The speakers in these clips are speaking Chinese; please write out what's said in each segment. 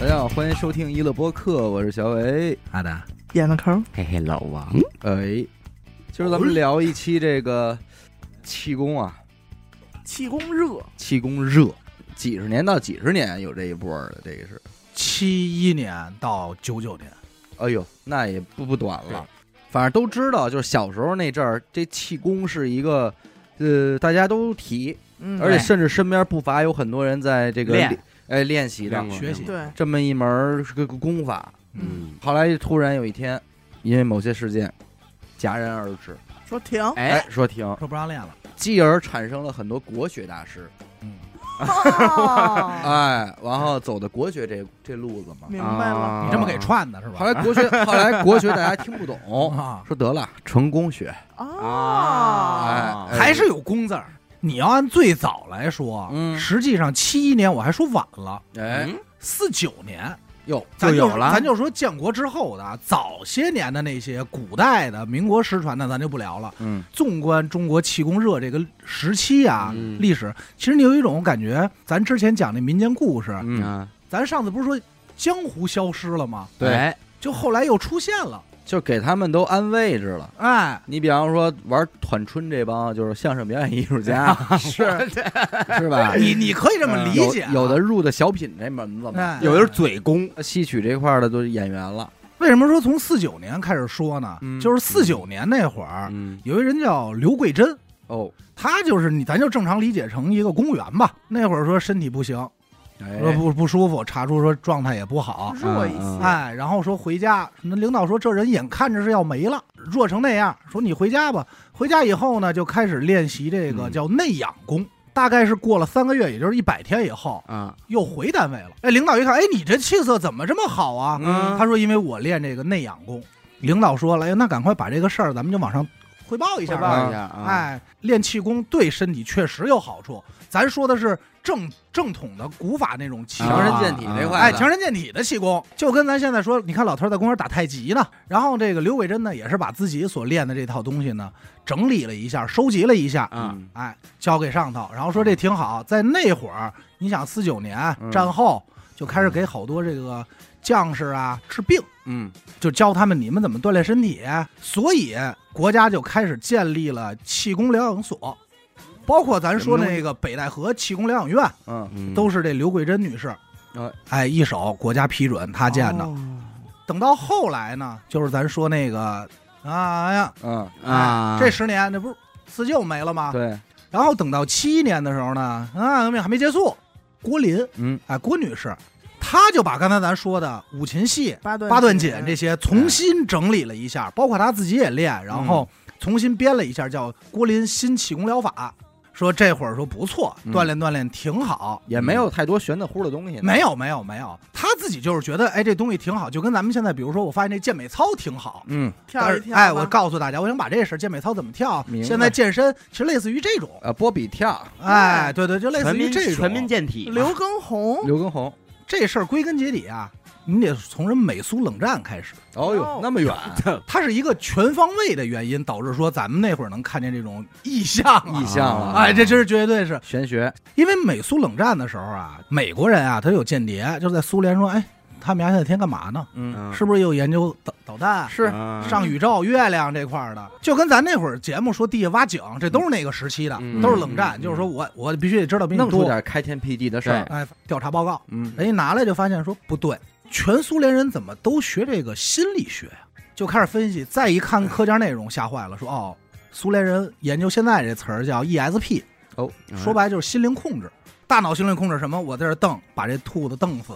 大家好，欢迎收听一乐播客，我是小伟。阿达，演的抠，嘿嘿，老王，哎，今儿咱们聊一期这个气功啊，气功热，气功热，几十年到几十年有这一波儿的，这个是，七一年到九九年，哎呦，那也不不短了。反正都知道，就是小时候那阵儿，这气功是一个，呃，大家都提，嗯而且甚至身边不乏有很多人在这个练练哎练习的练过学习，对，这么一门儿这个功法。嗯，嗯，后来突然有一天，因为某些事件戛然而止，说停，哎哎，，说停，说不让练了，继而产生了很多国学大师，嗯，哦 哎，然后走的国学这这路子嘛。明白了，啊你这么给串的是吧？后来国学，后来国学大家听不 懂，啊，说得了，成功学，哦，哎，哎啊还是有功字儿。你要按最早来说，嗯实际上七一年我还说晚了，哎嗯四九年哟，咱就就有了咱就说建国之后的啊早些年的那些古代的民国失传的，咱就不聊了。嗯，纵观中国气功热这个时期啊，嗯历史，其实你有一种感觉，咱之前讲那民间故事，嗯，啊，咱上次不是说江湖消失了吗？对哎就后来又出现了，就给他们都安位置了。哎，你比方说玩团春这帮就是相声表演艺术家，是 是吧？你你可以 这么理解啊、嗯有有的入的小品这门子嘛，哎，有的是嘴功，戏曲这块儿的都是演员了。为什么说从四九年开始说呢？嗯就是四九年那会儿，嗯有一人叫刘桂珍，哦，他就是你，咱就正常理解成一个公务员吧。那会儿说身体不行，哎，嗯说不不舒服，查出说状态也不好，弱一些，哎，然后说回家，那领导说这人眼看着是要没了，弱成那样，说你回家吧。回家以后呢，就开始练习这个嗯叫内养功。大概是过了三个月，也就是一百天以后，啊，又回单位了。哎，领导一看，哎，你这气色怎么这么好啊？嗯他说，因为我练这个内养功。领导说了，哎，那赶快把这个事儿咱们就往上汇报一下汇吧。报一下啊，，哎，练气功对身体确实有好处。咱说的是正正统的古法那种气功，强身健体这块儿的，哎，强身健体的气功，就跟咱现在说，你看老头儿在公园打太极呢，然后这个刘伟珍呢，也是把自己所练的这套东西呢，整理了一下，收集了一下，啊，嗯哎，交给上头，然后说这挺好。在那会儿，你想四九年嗯战后就开始给好多这个将士啊治病，嗯，就教他们你们怎么锻炼身体，所以国家就开始建立了气功疗养所，包括咱说那个北戴河气功疗养院，嗯嗯都是这刘桂珍女士哎。哎，一手国家批准，她建哦的。等到后来呢，就是咱说那个啊哎呀，哎嗯，啊啊，这十年这不是四旧没了吗？对，然后等到七一年的时候呢，啊，革命还没结束，郭林，嗯，哎，郭女士，她就把刚才咱说的五禽戏、八段八段锦这些，些重新整理了一下，包括她自己也练，然后嗯重新编了一下，叫《郭林新气功疗法》，说这会儿说不错，嗯锻炼锻炼挺好。也没有太多玄的乎的东西呢，嗯没有没有没有，她自己就是觉得，哎，这东西挺好，就跟咱们现在，比如说，我发现这健美操挺好，嗯跳但一是跳吧，啊哎，我告诉大家，我想把这事儿健美操怎么跳明，白现在健身其实类似于这种，呃，波比跳，哎，对对，就类似全于民这种。嗯全民健体，啊啊刘畊宏，刘畊宏，这事儿归根结底啊，你得从人美苏冷战开始，哦哦呦，那么远， 它是一个全方位的原因，导致说咱们那会儿能看见这种异象啊。意象了，哎，这真是绝对是玄学，因为美苏冷战的时候啊，美国人啊，他有间谍，就在苏联说，哎，他们家现在天干嘛呢？嗯，是不是又研究导导弹？是啊上宇宙、月亮这块儿的，就跟咱那会儿节目说地下挖井，这都是那个时期的，嗯都是冷战。嗯就是说我我必须得知道比你弄出多，点开天辟地的事儿，哎，调查报告，嗯，人家拿来就发现说不对，全苏联人怎么都学这个心理学呀、就开始分析，再一看课件内容，吓坏了，说哦，苏联人研究现在这词儿叫 E ESP，哦，哎说白了就是心灵控制，大脑心灵控制什么？我在这儿瞪，把这兔子瞪死。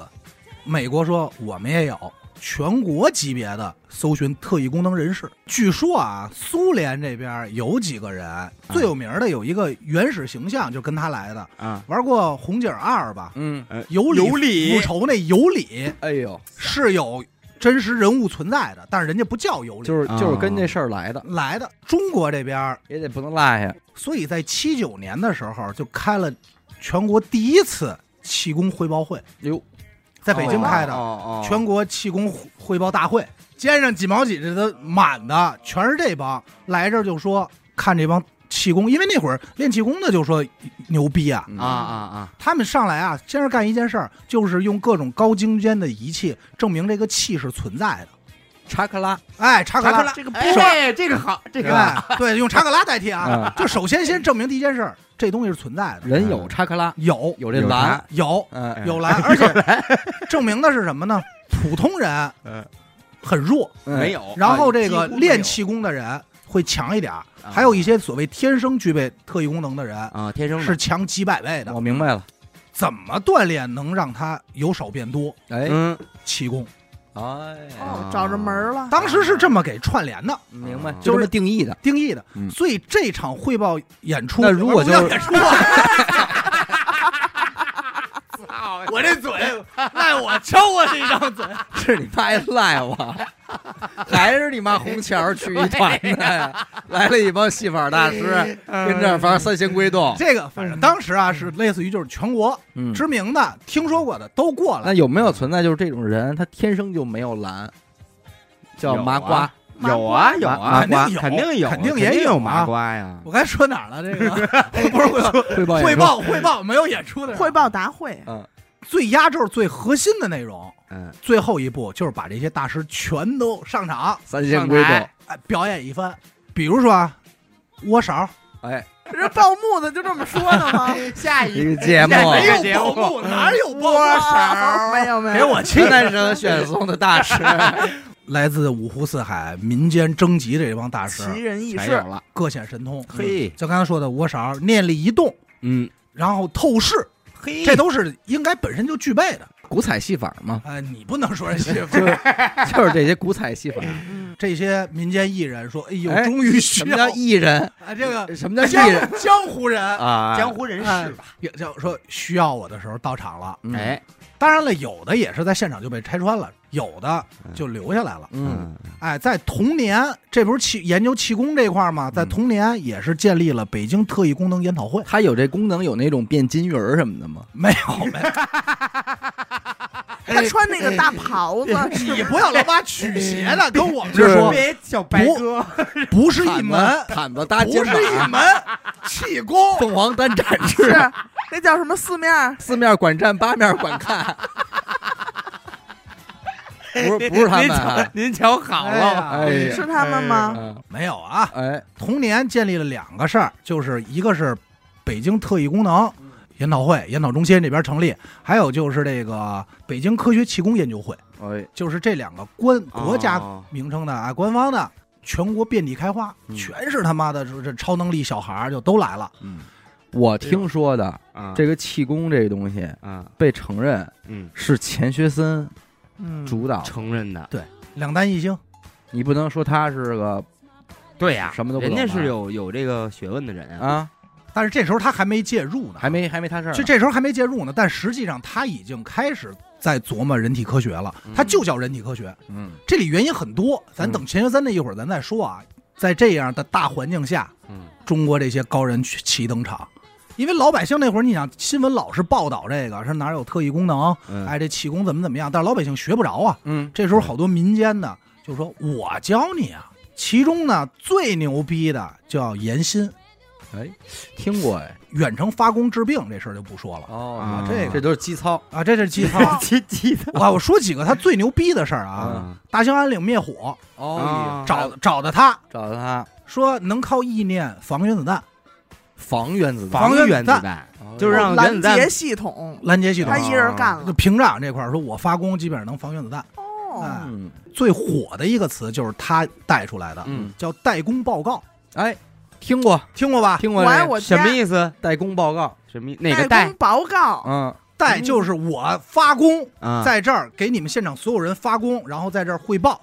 美国说我们也有全国级别的搜寻特异功能人士，据说啊，苏联这边有几个人最有名的有一个原始形象就跟他来的，啊，玩过《红警二》吧？嗯，有理有理复仇那有理哎呦，是有真实人物存在的，但是人家不叫有理，就是啊就是跟这事儿来的，来的。中国这边儿，也得不能落下，所以在七九年的时候就开了全国第一次气功汇报会，哟，在北京开的，哦哦哦哦全国气功汇报大会，肩上几毛几这都满的，全是这帮来这儿就说看这帮气功，因为那会儿练气功的就说牛逼啊，啊啊啊！他们上来啊，先是干一件事儿，就是用各种高精尖的仪器证明这个气是存在的。查克拉，哎，查克查克拉拉，这个是吧哎，这个好，这个嗯好对对，用查克拉代替啊，就首先先证明第一件事儿，这东西是存在的，人有查克拉，嗯有啊哎有这有蓝蓝，有嗯，有蓝， 而且证明的是什么呢？普通人嗯很弱，没有有，然后这个啊几乎没有练气功的人会强一点儿，还有一些所谓天生具备特异功能的人啊，天生的哦是强几百倍的嗯我。明白了，怎么锻炼能让他由少变多？哎，嗯，气功哎，哦，找着门儿了。当啊时是这么给串联的明白，就是就这么定义的。定义的，嗯所以这场汇报演出，那如果就不要演出啊， 我这嘴赖我敲我这一张嘴， 是你妈还赖我， 还是你妈红桥去一团的呀？来了一帮戏法大师，嗯跟这儿玩三仙归洞。这个反正当时嗯啊是类似于就是全国嗯知名的、听说过的都过那来，有没有存在就是这种人，他天生就没有蓝，叫有啊麻瓜？有啊有啊，麻瓜肯定有，肯肯定有也有麻啊瓜呀。我该说哪儿了？这个不是我说汇报汇报汇报没有演出的人汇报大会，最压轴、最核心的内容，嗯，最后一步就是把这些大师全都上场，三仙归上台洞。哎，表演一番。比如说啊，窝勺，哎，这报幕的就这么说的吗？下一个节 目下一个没节有保目姆，哪有保姆？啊多少没有没有，给我气河南省选送的大师，来自五湖四海民间征集的这帮大奇师，人异没事有，了，各显神通。嗯嘿就刚才说的窝勺、念力一动，嗯然后透视，嘿，这都是应该本身就具备的。 古彩戏法嘛，啊、你不能说人媳妇就儿。是就是这些古彩戏 法。嗯，这些民间艺人说：“哎呦，哎终于需什要么叫艺人？啊，这个什么叫江艺人？江湖人，啊，江湖人士吧，也就说需要我的时候到场了。嗯，哎，当然了，有的也是在现场就被拆穿了，有的就留下来了。嗯，哎，在同年，这不是气研究气功这块儿吗？在同年也是建立了北京特异功能研讨会。他有这功能，有那种变金鱼儿什么的吗？没 有，没有，他穿那个大袍子，你不要老把曲协 的跟我们这就是说，别小白哥，不是一毯子门，毯子搭肩不是一膀，门气功。 凤凰单展翅是，那叫什么四面儿四面管站，八面管看。不是不是他们啊，嗯您瞧好哎呀了，哎呀是他们吗？嗯没有啊，哎，同年建立了两个事儿，就是一个是北京特异功能研讨会、研讨中心这边成立，还有就是这个北京科学气功研究会，哎，就是这两个官国家哦名称的啊，官方的，全国遍地开花，嗯全是他妈的这这超能力小孩儿就都来了。嗯我听说的啊这个气功这个东西啊被承认嗯，是钱学森嗯，主导，承认的，两弹一星，你不能说他是个对呀，什么都不人懂家吧是有有这个学问的人啊，啊，但是这时候他还没介入呢，还没还没他事儿呢，就这时候还没介入呢，但实际上他已经开始在琢磨人体科学了，他就叫人体科学。嗯这里原因很多，咱嗯等钱学森那一会儿咱再说啊。在这样的大环境下，嗯中国这些高人去齐登场，因为老百姓那会儿，你想新闻老是报道这个，说哪儿有特异功能，嗯，哎，这气功怎么怎么样，但是老百姓学不着啊。嗯，这时候好多民间的嗯就说：“我教你啊。”其中呢，最牛逼的叫严心，哎，听过哎，远程发功治病这事儿就不说了哦啊这个这都是基操，啊，这是基操。 记记得哇，我说几个他最牛逼的事儿啊，啊大兴安岭灭火，嗯哦找找的他，找到他说能靠意念防原子弹，防原子弹，防原子原子弹弹，哦就是让原拦子弹截系统，拦截系统啊他。一人干了。屏障这块儿说，我发功基本上能防原子弹。啊哎哦，嗯最火的一个词就是他带出来的，嗯，叫代工报告，哎，听过听过吧？ 听过我这爱个我什家么意思？代工报告，什么意哪个代带工报告，嗯代就是我发功，啊在这儿给你们现场所有人发功，然后在这儿汇报。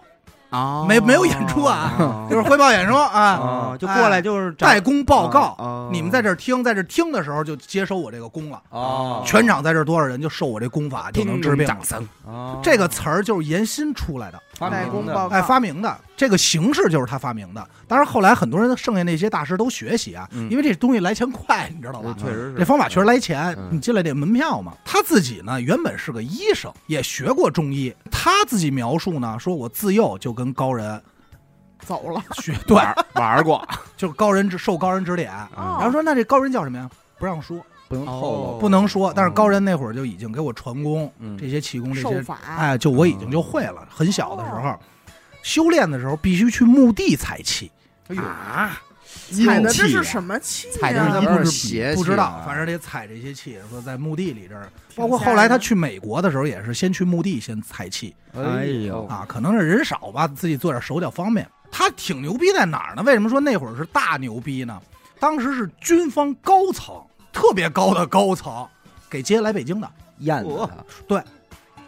啊没没有演出哦 啊，就是汇报演说啊，啊，哦就过来就是找代工报告。哦你们在这儿听，在这儿听的时候就接收我这个功了。哦，全场在这儿多少人就受我这功法就能治病了。声，哦这个词儿就是严新出来的，发代明工的报哎，告，发明的这个形式就是他发明的。当然后来很多人剩下那些大师都学习啊，嗯因为这东西来钱快，你知道呃吧？嗯确实是这方法确实来钱嗯，你进来得门票嘛。他自己呢，原本是个医生，也学过中医。他自己描述呢，说我自幼就跟高人走了，学，对，玩 过，就是高人指受高人指点。哦然啊后说那这高人叫什么呀？不让哦说，不能透露，不能说。但是高人人那会儿就已经给我传功，嗯这些气功这受些法，哎，就我已经就会了。很小的时哦候，修炼的时候必须去墓地采气，哎啊，踩的啊这是什么气踩的呀是？不是邪气啊不知道，反正得采这些气。说在墓地里这儿，包括后来他去美国的时候，也是先去墓地先采气哎哎呦呦啊，可能是人少吧，自己做点手脚方便。他挺牛逼在哪儿呢？为什么说那会儿是大牛逼呢？当时是军方高层，特别高的高层，给接来北京的，咽哦着它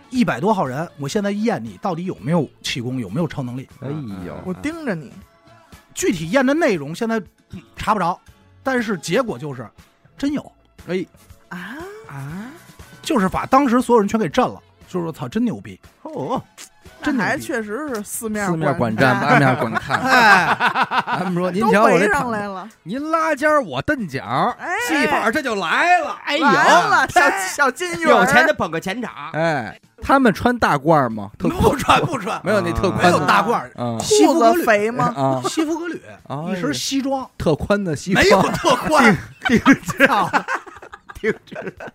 一百多号人。我现在验你到底有没有气功，有没有超能力？哎呦我盯着你，具体验的内容现在嗯查不着，但是结果就是真有，哎啊啊！就是把当时所有人全给震了，就是我操，真牛逼！哦，这真牛逼还确实是四面四面管战战，，八面管 看。哎，他们说：“您都瞧我这围躺上来了，您拉尖儿，我蹬脚儿，哎，戏法这就来了。”哎完了，小小金鱼儿哎有钱的捧个钱场，哎，他们穿大褂儿吗？特不穿不 穿，没有那特宽没有的大褂儿，嗯西服裤革履子肥吗？啊，西服革履，哦一身西装，特宽的西服，没有特 宽，啊哎 哦哦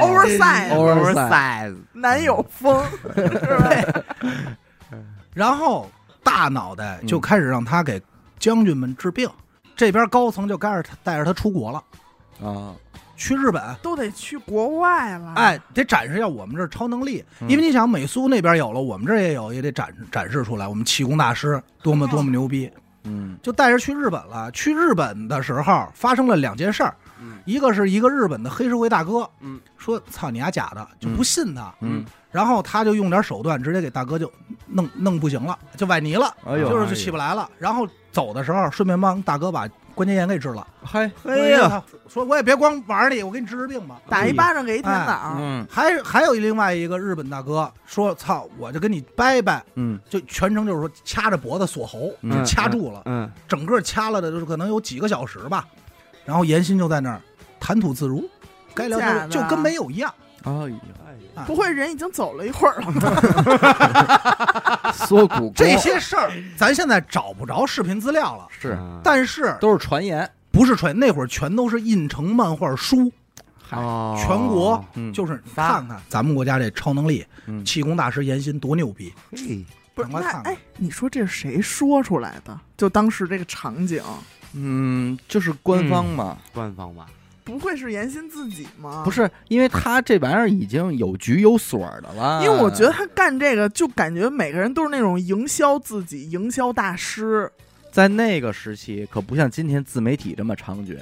oversize oversize， size，男友 风，是吧？然后大脑嗯袋就开始让他给将军们治病，这边高层就开始带着他出国了，啊，去日本。都得去国外了。，哎，得展示一下我们这儿超能力，嗯因为你想，美苏那边有了，我们这儿也有，也得展展示出来，我们气功大师多哦么多么牛逼。嗯就带着去日本了。去日本的时候发生了两件事儿，嗯一个是一个日本的黑社会大哥，嗯，说操你丫假的，就不信他，嗯，然后他就用点手段直接给大哥就弄弄不行了，就崴泥了，哎呦，就是就起不来了。然后走的时候顺便帮大哥把关节炎给治了。嗨，说哎呀，他，说我也别光玩你，我给你治治病吧。打一巴掌给一哎天脑，嗯还还有另外一个日本大哥说：“操，我就跟你掰掰。嗯”就全程就是说掐着脖子锁喉，嗯就掐住了，嗯，整个掐了的就是可能有几个小时吧。然后严心就在那儿谈吐自如，该聊假的天就跟没有一样。哎呦，啊不会人已经走了一会儿了吧？缩骨这些事儿，咱现在找不着视频资料了，是嗯但是都是传言，不是传那会儿全都是印成漫画书，哦全国嗯就是你仨看看咱们国家这超能力，嗯气功大师严心多牛逼，嘿不是，赶快那看看哎，你说这是谁说出来的？就当时这个场景，嗯，就是官方嘛，官方吧，不会是严欣自己吗？不，是，因为他这玩意儿已经有局有所的了，因为我觉得他干这个，就感觉每个人都是那种营销自己、营销大师在那个时期可不像今天自媒体这么猖獗，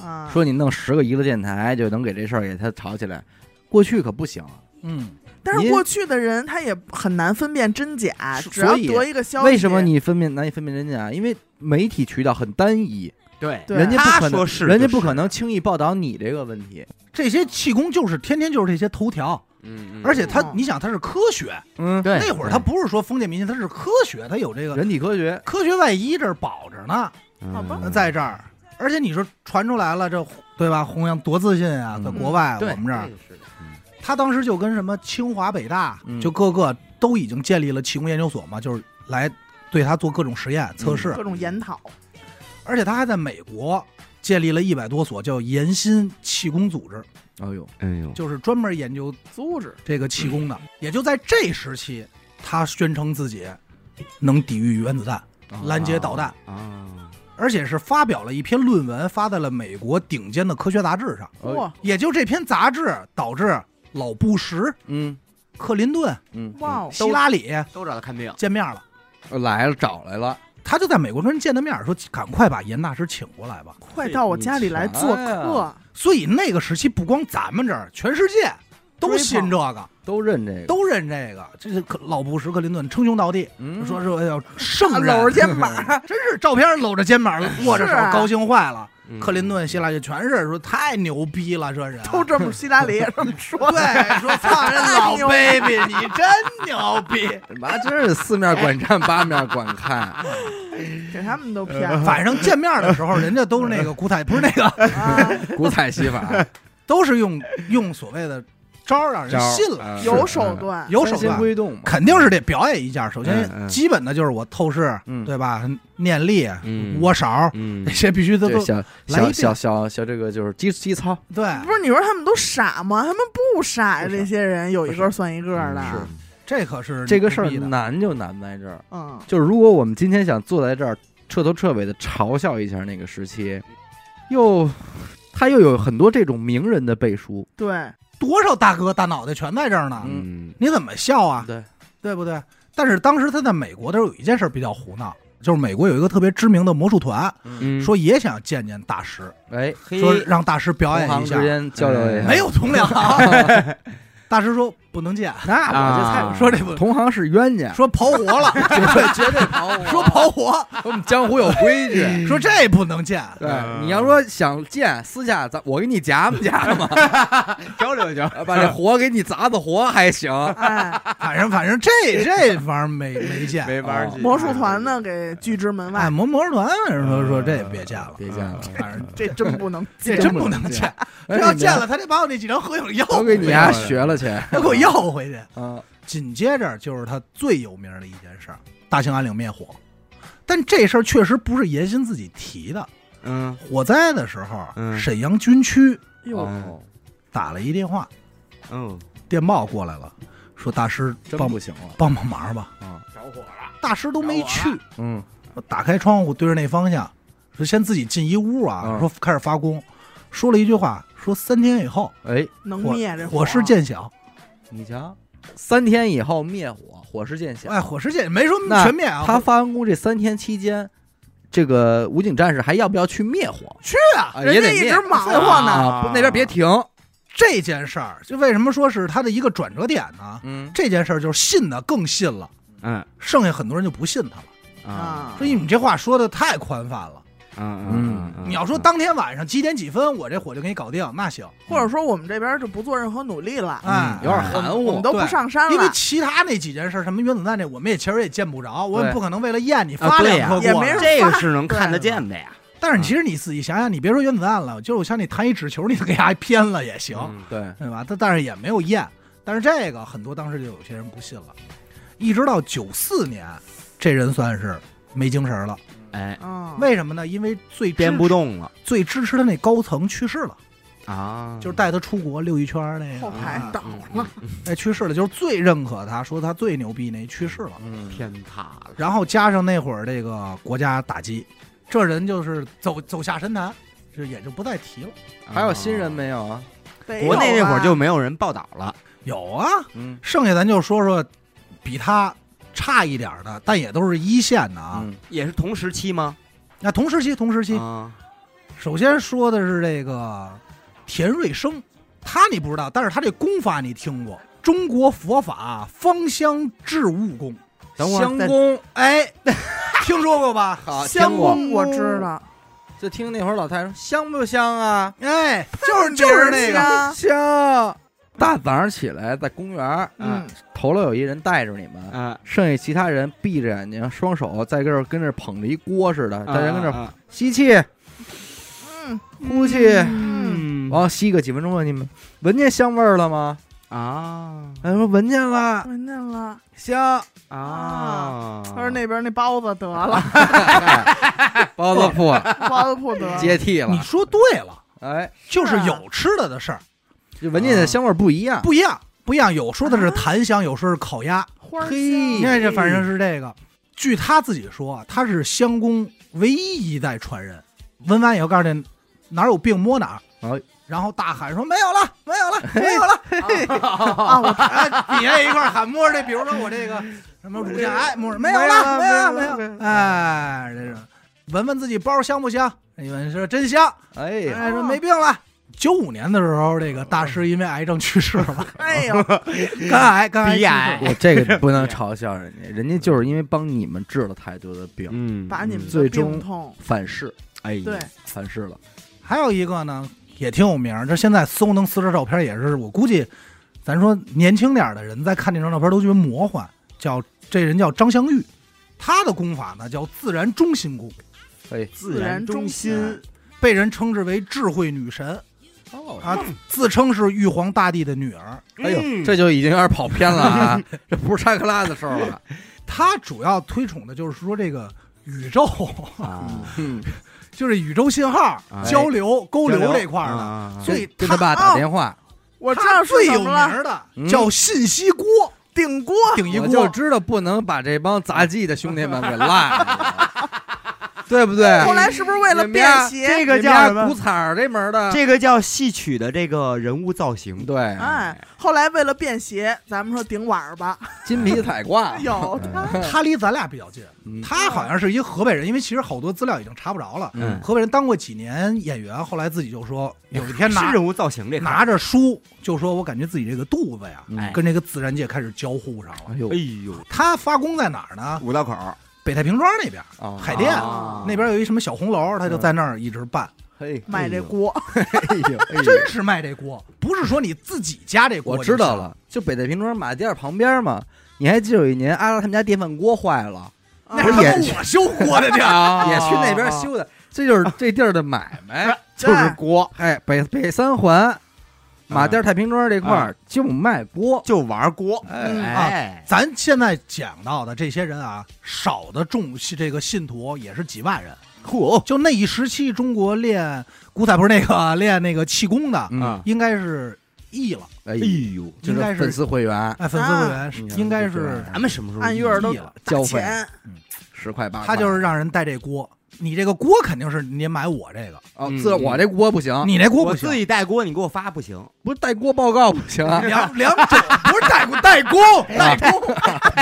啊。说你弄十个娱乐电台就能给这事儿给他炒起来，过去可不行。嗯，但是您过去的人他也很难分辨真假，所只要以得一个消息，为什么你分辨难以分辨真假？因为媒体渠道很单一，对对人家不可他能，说是人家就是不可能轻易报道你这个问题。这些气功就是天天就是这些头条，嗯而且他哦你想他是科学，嗯，对那会儿他不是说封建迷信，他是科学，他有这个人体科学，科学外衣这儿保着呢，嗯好吧在这儿，而且你说传出来了，这对吧？弘扬多自信啊，嗯在国外我对们这儿，个是的他当时就跟什么清华、北大嗯，就各个都已经建立了气功研究所嘛，就是来对他做各种实验测试各，种研讨，而且他还在美国建立了一百多所叫研心气功组织，哎呦，哎呦，就是专门研究组织这个气功的。也就在这时期，他宣称自己能抵御原子弹、啊拦截导弹，啊，而且是发表了一篇论文，发在了美国顶尖的科学杂志上。哎呃哇也就这篇杂志导致老布什、嗯克林顿、嗯，哇哦，希拉里都找他看病，见面了。来了，找来了，他就在美国跟人见的面，说赶快把严大师请过来吧。快到我家里来做你瞧客，哎所以那个时期，不光咱们这儿，全世界都信这个。都认这个，都认这个，这是可老布什克林顿称兄道弟，嗯说是要圣人，啊 搂着肩膀，真是照片搂着肩膀握着手是，啊高兴坏了。嗯克林顿、希拉里全是说太牛逼了，这人都这么希拉里这么 说，哎对，说操人老 baby，你真牛逼。妈真是四面管 站，八面管看， 给他们都 啊骗呃了反正见面的时候，人家都是那个古彩，不是那个， 啊！古彩戏法，都是用用所谓的招儿让人招儿信了，嗯有手段，有手先段，归动嘛，肯定是得表演一下。首嗯先嗯基本的就是我透视，嗯对吧？念力、嗯窝勺嗯这，些必须都这都小来一小遍小小小这个就是基基操，对。不是你说他们都傻吗？他们不傻呀，不傻这些人有一个算一个的，嗯是这可是这个事儿牛逼的难就难在这儿，嗯，就是如果我们今天想坐在这儿彻头彻尾的嘲笑一下那个时期，又他又有很多这种名人的背书，对，多少大哥大脑袋全在这儿呢？嗯你怎么笑啊？对，对不对？但是当时他在美国的时候有一件事儿比较胡闹，就是美国有一个特别知名的魔术团，嗯说也想见见大师，哎，嘿说让大师表同演行哎一之下，间交流一下，没有同僚啊。 大师说不能见，那我就啊太说这不同行是冤家，说刨活了，对， 绝 对跑我，说刨活，我们江湖有规矩。说这不能见。对，嗯你要说想见，私下咱我给你夹吧夹吧嘛，交流交流，把这活给你砸砸活还行。哎，反正反正这这玩意儿没没见。没法儿哦去魔术团哎呢给拒之门哎，外，魔魔术团说说这别见了，哎别见了反正这真不能嗯这见。真不能见。这要见了，他得把我那几张合影要都回给去你丫学了去。他给我要回去。啊，紧接着就是他最有名的一件事儿——大兴安岭灭火。但这事儿确实不是严新自己提的。嗯火灾的时候，啊嗯沈阳军区哟，哦打了一电话，嗯电报过来了，说大师真帮不行了帮帮忙吧。啊。着火了，大师都没去，嗯，我打开窗户对着那方向，说先自己进一屋啊，嗯说开始发功，说了一句话，说三天以后哎，能火灭这火势见小。你瞧，三天以后灭火，火势渐小。哎，火势见没说那全灭啊，他发完工这三天期间，这个武警战士还要不要去灭火？去啊！啊，也人家得一灭直忙废活呢，啊，不那边别停。这件事儿就为什么说是他的一个转折点呢？嗯，这件事儿就是信的更信了，嗯剩下很多人就不信他了。啊所以你这话说的太宽泛了。嗯嗯，你要说当天晚上几点几分，我这火就给你搞定，那行。或者说我们这边就不做任何努力了，哎，嗯有点我含们我糊们。都不对上啊山因为了，其他那几件事儿，什么原子弹这，我们也其实也见不着，我也对不可能为了验你啊发对两呀颗也过没来人。这个是能看得见的呀，但是其实你自己想想，你别说原子弹了，就是我像你弹一纸球，你给它偏了也行，嗯对，对吧？但但是也没有验。但是这个很多当时就有些人不信了，一直到九四年，这人算是没精神了。哎，嗯，为什么呢？因为最支编不动了最支持的那高层去世了，啊，就是带他出国溜一圈儿那后个，排啊倒了，哎，去世了，就是最认可他，说他最牛逼那去世了。嗯，天塌了，然后加上那会儿这个国家打击，这人就是走走下神坛，这也就不再提了。还有新人？没有啊？得嗯国内有那会儿吧就没有人报道了，有啊，嗯剩下咱就说说比他差一点儿的，但也都是一线的啊。嗯也是同时期吗？那同时期，同时期，啊，首先说的是这个田瑞生，他你不知道，但是他这功法你听过，中国佛法芳香置物功。等会儿相公，哎， 听说过吧？好香听过公公我知。道，就听那会儿老太太说香不香啊？哎，就是就 是那个，个，香。大早上起来在公园儿，啊嗯，头了有一人带着你们，啊，剩下其他人闭着眼睛，双手在这儿跟这儿捧着一锅似啊的，大家跟这儿儿吸气，嗯，呼气，嗯，嗯完了吸个几分钟吧，你们闻见香味儿了吗？啊哎，说闻见了，闻见了，香。啊，他说那边那包子得了，包子铺包子铺啊得 了，接替你了，说对了，哎，就是有吃的的事儿，就闻见的香味儿不一样。不一样，不一样。有说的是檀香，有说是烤鸭，花儿嘿你香看这反正是这个。据他自己说，啊他是香公唯一一代传人。闻完以后告诉你哪儿有病摸哪儿，哎然后大喊说没有了，没有了，没有了。 啊，我哎，底下一块儿喊摸着这，比如说我这个什么乳腺癌，摸着没有了，没没有有了，了没没有有了没有了。哎，这是闻闻自己包香不香？一闻说真香，哎呀，哎，说没病了，九五年的时候，这个大师因为癌症去世了，哎呦，肝癌，肝癌去鼻世癌了。我这个不能嘲笑人家，人家就是因为帮你们治了太多的病，嗯，把你们最的终病痛，反噬，哎呀，对，反噬了。还有一个呢，也挺有名儿，这现在搜能搜着照片，也是我估计，咱说年轻点儿的人在看这张照片都觉得魔幻。叫这人叫张香玉，他的功法呢叫自然中心功，哎，自然中心被人称之为智慧女神哦啊，自称是玉皇大帝的女儿。哎呦，嗯这就已经有点跑偏了啊！这不是查克拉的事儿了。他主要推崇的就是说这个宇宙， 啊，嗯，就是宇宙信号哎啊交流、沟流这块儿的。呢所以跟他爸打电话，我知他道是最怎有么名了，儿的嗯叫信息锅，顶锅，顶一我哦就锅。知道不能把这帮杂技的兄弟们给落了，对不对？后来是不是为了你们家便携？这个你们家叫什么古？彩儿这门儿的，啊嗯这个叫戏曲的这个人物造型，对，哎，后来为了便携，咱们说顶碗儿吧，，金皮彩挂有他他离咱俩比较近，嗯他好像是一河北人，因为其实好多资料已经查不着了。嗯哎河北人当过几年演员，后来自己就说有一天是拿人物造型这块儿拿着书就说，我感觉自己这个肚子呀，嗯哎跟这个自然界开始交互上了。哎呦哎，呦，他发功在哪儿呢？五道口北太平庄那边，啊海淀啊那边有一什么小红楼，他就在那儿一直办，嘿，卖这锅，哎呦，哎呦，真是卖这锅，不是说你自己家这锅。我知道，了，就北太平庄马甸旁边嘛。你还记得有一年阿拉他们家电饭锅坏了，那不是是啊他也妈我修锅的地儿。也去那边修的，这就是这地儿的买哎卖，就是锅。哎，北北三啊环马甸太平庄这块儿就卖锅，就玩锅，哎，哎，咱现在讲到的这些人啊，少的众这个信徒也是几万人。嚯，就那一时期，中国练古仔不是那个练那个气功的，嗯，应该是亿了。哎哎呦，就啊应该是粉丝会员哎，粉丝会啊员是嗯应该这玩意哎是儿咱们什么时候按月儿都亿了。交打费钱，十块八块，他就是让人带这锅，你这个锅肯定是你得买我这个，哦，嗯自我这锅不行，你那锅我不自行。己带锅，你给我发不行，不是带锅报告不行啊， 两两种不是带锅带锅带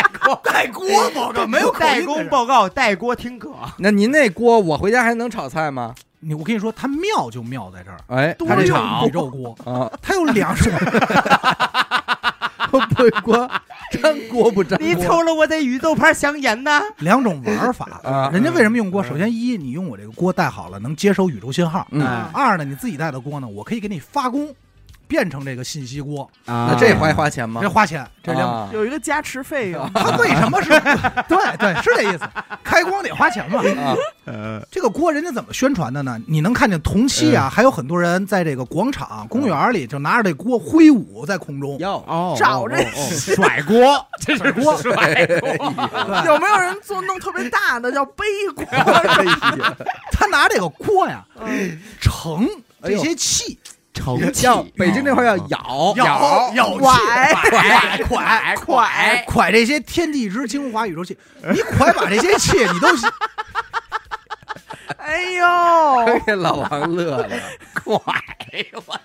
锅 带锅报告没有口音代的工人报告，带锅听歌，那您那锅我回家还能炒菜吗？你我跟你说，它妙就妙在这儿，哎，它他这这个炒宇宙锅，啊，它有两 种，不锅粘锅不粘 你锅，瞅了我这宇宙牌想演呢，两种玩法啊人家为什么用锅？首先一，你用我这个锅带好了，能接收宇宙信号；嗯哎，二呢，你自己带的锅呢，我可以给你发功，变成这个信息锅，那那这还花钱吗这？花钱，这两种。啊有一个加持费用，它为什 么是？对对，是这意思。开光得花钱嘛。啊，呃，这个锅人家怎么宣传的呢？你能看见同期嗯啊，还有很多人在这个广场、公园里就拿着这锅挥舞在空中。要哦，找这 甩 锅，这是锅，甩锅，对，有没有人做弄特别大的叫背锅？他拿这个锅呀嗯盛哎这呦些气，成要北京这块啊要咬舀舀拐气，蒯蒯蒯蒯这些天地之精华、宇宙气，你蒯把这些气你都 哎呦，给老王乐了，快，我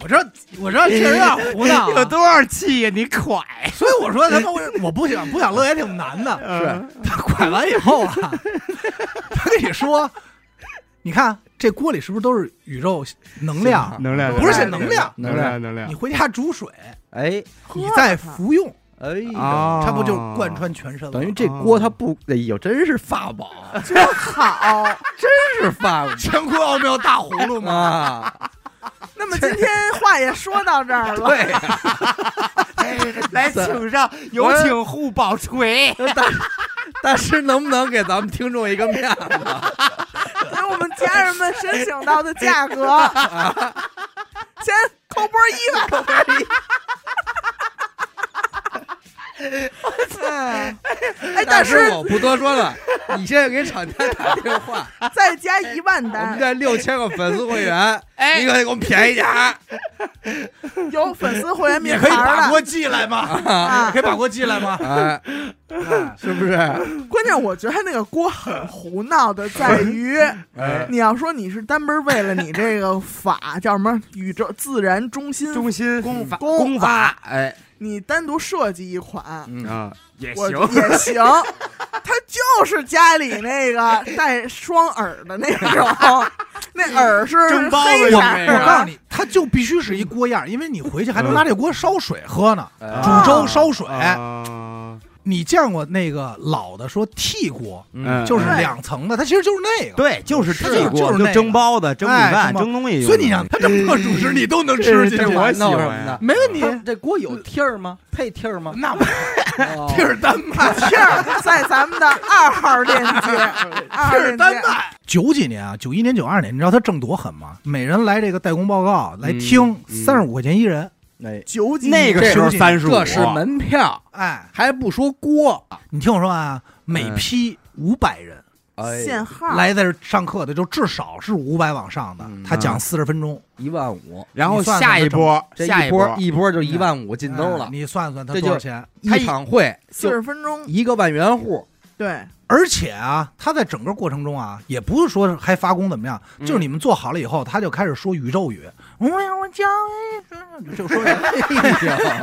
蒯，我知道我知道 确实有点胡闹啊，有多少气呀？你快，所以我说他妈我我不想不想乐也挺难的。是他拐完以后啊，他跟你说，你看这锅里是不是都是宇宙能量？能量不是能量能量，能 量你回家煮水，哎你再服用，哎呦，啊，它不就贯穿全身了？等于这锅它不，哎呦，真是法宝，真好。 真是法宝乾坤奥妙大葫芦嘛。啊！那么今天话也说到这儿了，对，来，请 上，有请护宝锤。大大师能不能给咱们听众一个面子？给我们家人们申请到的价格，先扣波一吧。哎，大师我不多说了，你现在给厂家打电话，再加一万我们单，这六千个粉丝会员，哎你可得给我们便宜点儿。啊有粉丝会员你名可以牌把儿锅寄来吗？的啊你可。以把锅寄来吗？哎，是不是？关键我觉得他那个锅很胡闹的，在于哎，你要说你是单门儿为了你这个法叫什么宇宙自然中心中心功法功功法，哎，你单独设计一款，嗯啊， 也我行，也行。它就是家里那个带双耳的那种，那耳是蒸包子黑色用儿那我个告的诉。你，它就必须是一锅样儿，因为你回去还能拿这锅烧水喝呢，哎煮粥烧水。啊，你见过那个老的说屉锅，嗯就是对两层的，它其实就是那个。对，就是是这就是锅，那就个蒸包子、蒸米哎饭、蒸包蒸东西用的。所以你想，它这么多主食你都能吃进这去，我馒喜头欢什么的。 没问题。它这锅有屉儿吗？配屉儿吗？那不屉屉儿单卖，片儿在咱们的二号链接，二号屉儿链单接，卖。九几年啊，九一年、九二年，你知道他挣多狠吗？每人来这个代工报告来嗯听，嗯三十五块钱一人。哎，九几那个这时候三十五，啊这是门票，哎，还不说锅，你听我说啊，每批五百人哎限号来在这上课的，就至少是五百往上的嗯。他讲四十分钟，一万五，然后你算算下一它挣波，这下一波波一波就一万五进兜了哎。你算算他这多就少钱？一场会四就十分钟，一个万元户，对，而且啊，他在整个过程中啊，也不是说还发功怎么样，嗯就是你们做好了以后，他就开始说宇宙语，嗯我要我教你，就说 哎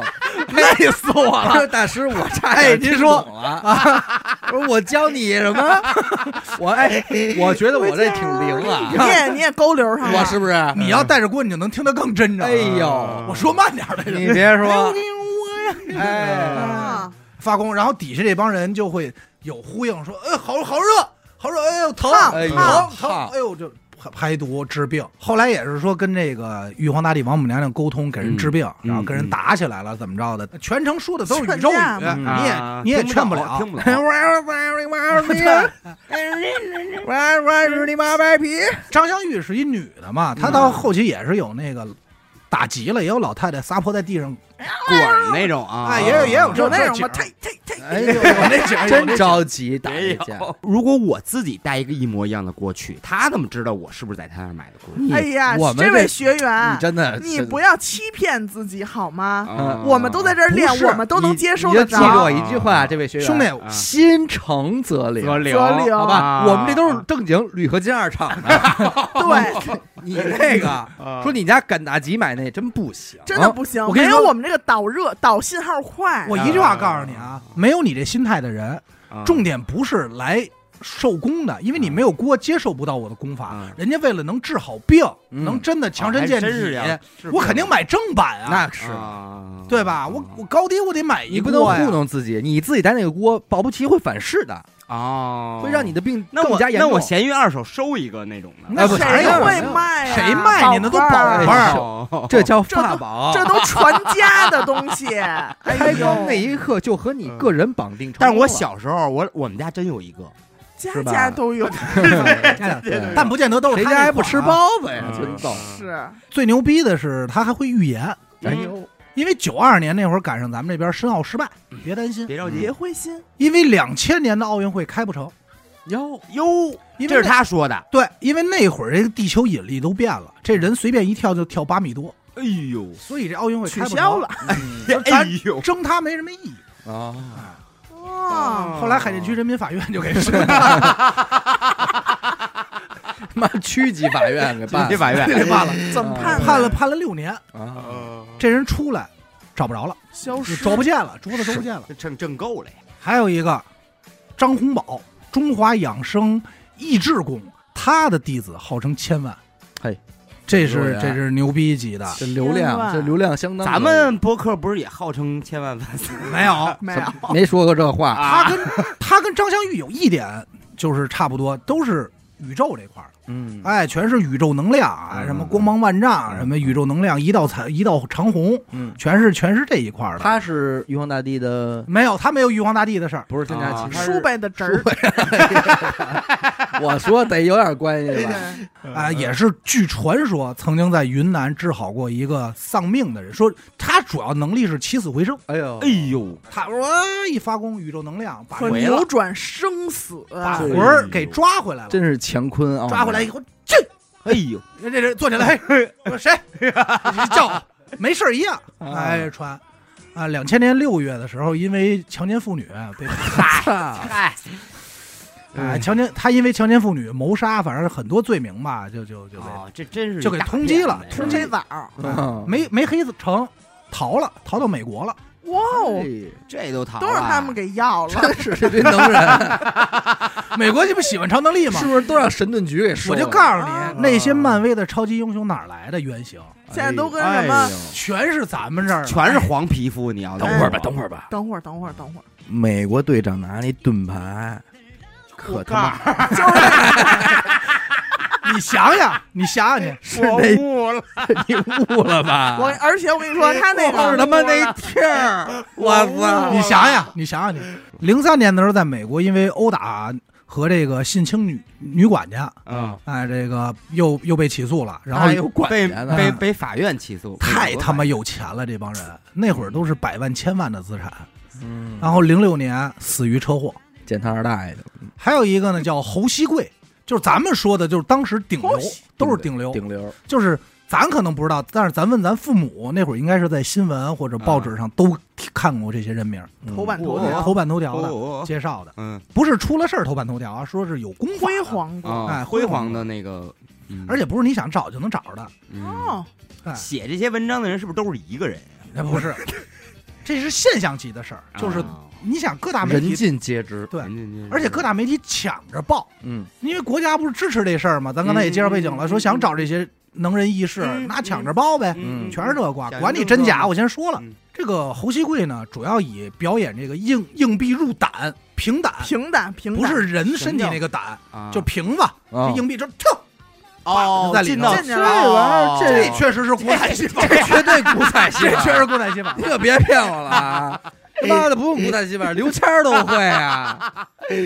累死我了，大师，我差点听懂了。 不是我教你什么？我哎，我觉得我这挺灵你 啊，也你也勾流上了，我是 不是？你要带着锅，你就能听得更真着。哎 呦，我说慢点儿的，你别说， 哎，啊，发功，然后底下这帮人就会有呼应，说，哎，好好热，好热，哎呦疼，哎呦疼烫疼，哎呦就排毒治病。后来也是说跟这个玉皇大帝、王母娘娘沟通，给人治病，嗯然后跟人嗯打起来了，怎么着的？全程说的都是宇劝宙语，架嘛你也、啊你也听不劝了了， 听不了哎我我日你妈卖皮！张香玉是一女的嘛，嗯她到后期也是有那个打急了，也有老太太撒泼在地上，滚儿那种啊，哎，也有也有这有那种景吗？儿呸呸呸！ 哎呦，那 景儿有那景真儿着急打也一架，有。如果我自己带一个一模一样的锅去，他怎么知道我是不是在他那儿买的锅？哎呀，我们这位这学员啊你，真的，你不要欺骗自己好吗？啊我们都在这儿练不，是我们都能接收你就得记住着啊。我一句话，这位学员，兄弟，啊心诚则灵。泽流，泽流好吧，啊我们这都是正经铝合金二厂的。对，你那个啊说你家赶大集买那真不行， 真的不行我，跟没你有说我们这个导热导信号快。我一句话告诉你啊，没有你这心态的人，啊重点不是来受功的，因为你没有锅，接受不到我的功法嗯。哦人家为了能治好病，嗯能真的强身还健真体是这样，是我肯定买正版啊，那是啊对吧？我我高低我得买一你个不能糊 弄自己，你自己带那个锅，保不齐会反噬的，哦，会让你的病那更我加严那重。我闲鱼二手收一个那种的，那哎不谁谁会谁啊卖啊？谁哎卖你那都宝贝儿宝贝儿哦这叫这都法宝，这都传家的东西。 哎开光呦那，一刻就和你个人绑定成功了。嗯但是我小时候，我我们家真有一个，家是吧家都有，哎但不见得都是谁他家那还不款吃啊包子呀？嗯真逗！是最牛逼的是他还会预言，哎呦，因为九二年那会儿赶上咱们这边申奥失败，别担心，别着急别灰心，因为两千年的奥运会开不成，哟，哟，因为这是那他说的，对，因为那会儿这个地球引力都变了，这人随便一跳就跳八米多，哎呦，所以这奥运会取开不消成了，。哎咱呦，争他没什么意义。啊，哦，后来海淀区人民法院就给申办了，妈区级法院给办级 法院给办了，怎么判的？判了判了六年，啊，这人出来找不着了，消就失，找不见了，桌子找不见了。这挣挣够了呀，还有一个张洪宝，中华养生益智宫，他的弟子号称千万，嘿，这是牛人这是牛逼 级的，这流量，万这流量相当高。咱们博客不是也号称千万粉丝没有。没怎有。么没说过这话，他跟他跟张香玉有一点就是差不多，都是宇宙这块儿，嗯，哎，全是宇宙能量啊，嗯什么光芒万丈，啊什么宇宙能量，一道彩，一道长虹，嗯全是全是这一块儿的。他是玉皇大帝的，没有，他没有玉皇大帝的事儿，不是真假啊其实。叔辈的侄儿，我说得有点关系 吧？啊、也是据传说曾经在云南治好过一个丧命的人，说他主要能力是起死回生，哎呦， 哎呦，他哇一发功，宇宙能量把可人扭转生死，把哎是魂儿给抓回来了，真是乾坤啊！抓哦回来以后，去，哎呦，这这坐起来，嘿，我说谁？谁叫我？没事儿一样，哎，穿。啊，两千年六月的时候，因为强奸妇女被啊，哎，啊强奸，他因为强奸妇女谋杀，反正很多罪名吧，就就就被哦，这真是就给通缉了一大片通吃缉黑枣儿， 嗯没没黑子成，逃了，逃到美国了。哇哦，哎这都啊逃都让他们给给要了。真是这堆能人，美国这不喜欢超能力吗是？不是都让神盾局给收我了？哎就告诉啊你，那些漫威的超级英雄哪儿来的原型？现在都跟哎什么哎呦全是咱们这儿的，全是黄皮肤，你要等会儿哎吧，知道等吗会儿吧。等会儿，等会儿，等会儿，美国队长拿那盾牌，可他妈 你想想，你想想去， 是那悟了，你悟了吧？我而且我跟你说，他那是他个妈那片 儿，我操！ 你想想，你 想想去。零三年的时候，在美国因为殴打和这个性侵女女管家，嗯，哎，这个又又被起诉了，然后有管被家呢被被法院起诉， 啊太他妈有钱了，这帮人那会儿都是百万千万的资产。嗯然后零六年死于车祸，见他二大爷去了，还有一个呢叫侯锡贵，就是咱们说的，就是当时顶哦流侯锡，都是顶流，顶流，就是咱可能不知道，但是咱问咱父母那会儿，应该是在新闻或者报纸上都听看过这些人名儿，嗯头版头哦条头版头条的、哦介绍的，嗯，不是出了事儿头版头条啊，说是有公法辉的，煌过啊，哎辉煌的那个，嗯而且不是你想找就能找着的，嗯哦，哎，写这些文章的人是不是都是一个人？那不是， 这是现象级的事儿，就是啊你想各大媒人体，尽皆知。对人家而且各大媒体抢着报，嗯，因为国家不是支持这事儿吗？咱刚才也介绍背景了，说想找这些能人异士，嗯那抢着报呗，嗯全是这瓜，讲究管你政真假。策我先说了嗯，这个侯锡贵呢，主要以表演这个硬硬币入胆、平胆，平胆平不胆是人身体那个胆，啊就瓶子，这啊硬币就跳。哦，在里进头到进去了这哦这确实是 国产戏法，这绝对古彩戏这法，确实是国产戏法你。可别骗我了 啊！他妈的不用古代戏法，刘谦儿都会啊，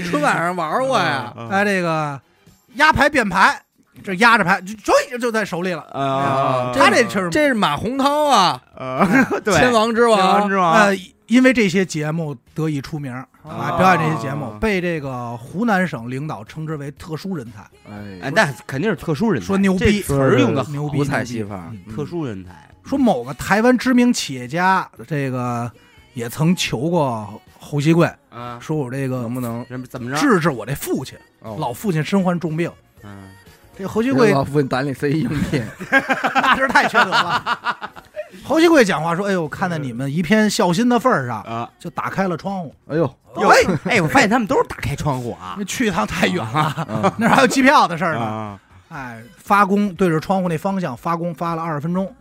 春晚上玩过嗯呀。哎，这个压牌变牌，这压着牌就就就在手里了。嗯啊，他这确实这是马洪涛啊，呃， 对，嗯千王之千王王之王，呃，因为这些节目得以出名啊，哦表演这些节目哦被这个湖南省领导称之为特殊人才，哎哎，那肯定是特殊人才，说牛逼这词儿用的牛逼古彩戏法，特殊人才，说某个台湾知名企业家这个也曾求过侯锡贵，啊，说我这个嗯能不能？人怎么着？治治我这父亲，哦老父亲身患重病。嗯，这侯锡这贵老夫你胆里塞一硬币，那是太缺德了。 侯锡贵讲话说：“哎呦，看在你们一片孝心的份儿上，啊，就打开了窗户。哎呦，哟哎哎，我发现他们都是打开窗户啊那去一趟太远了，啊那儿还有机票的事儿嗯呢。啊，哎，发功对着窗户那方向发功，发了二十分钟，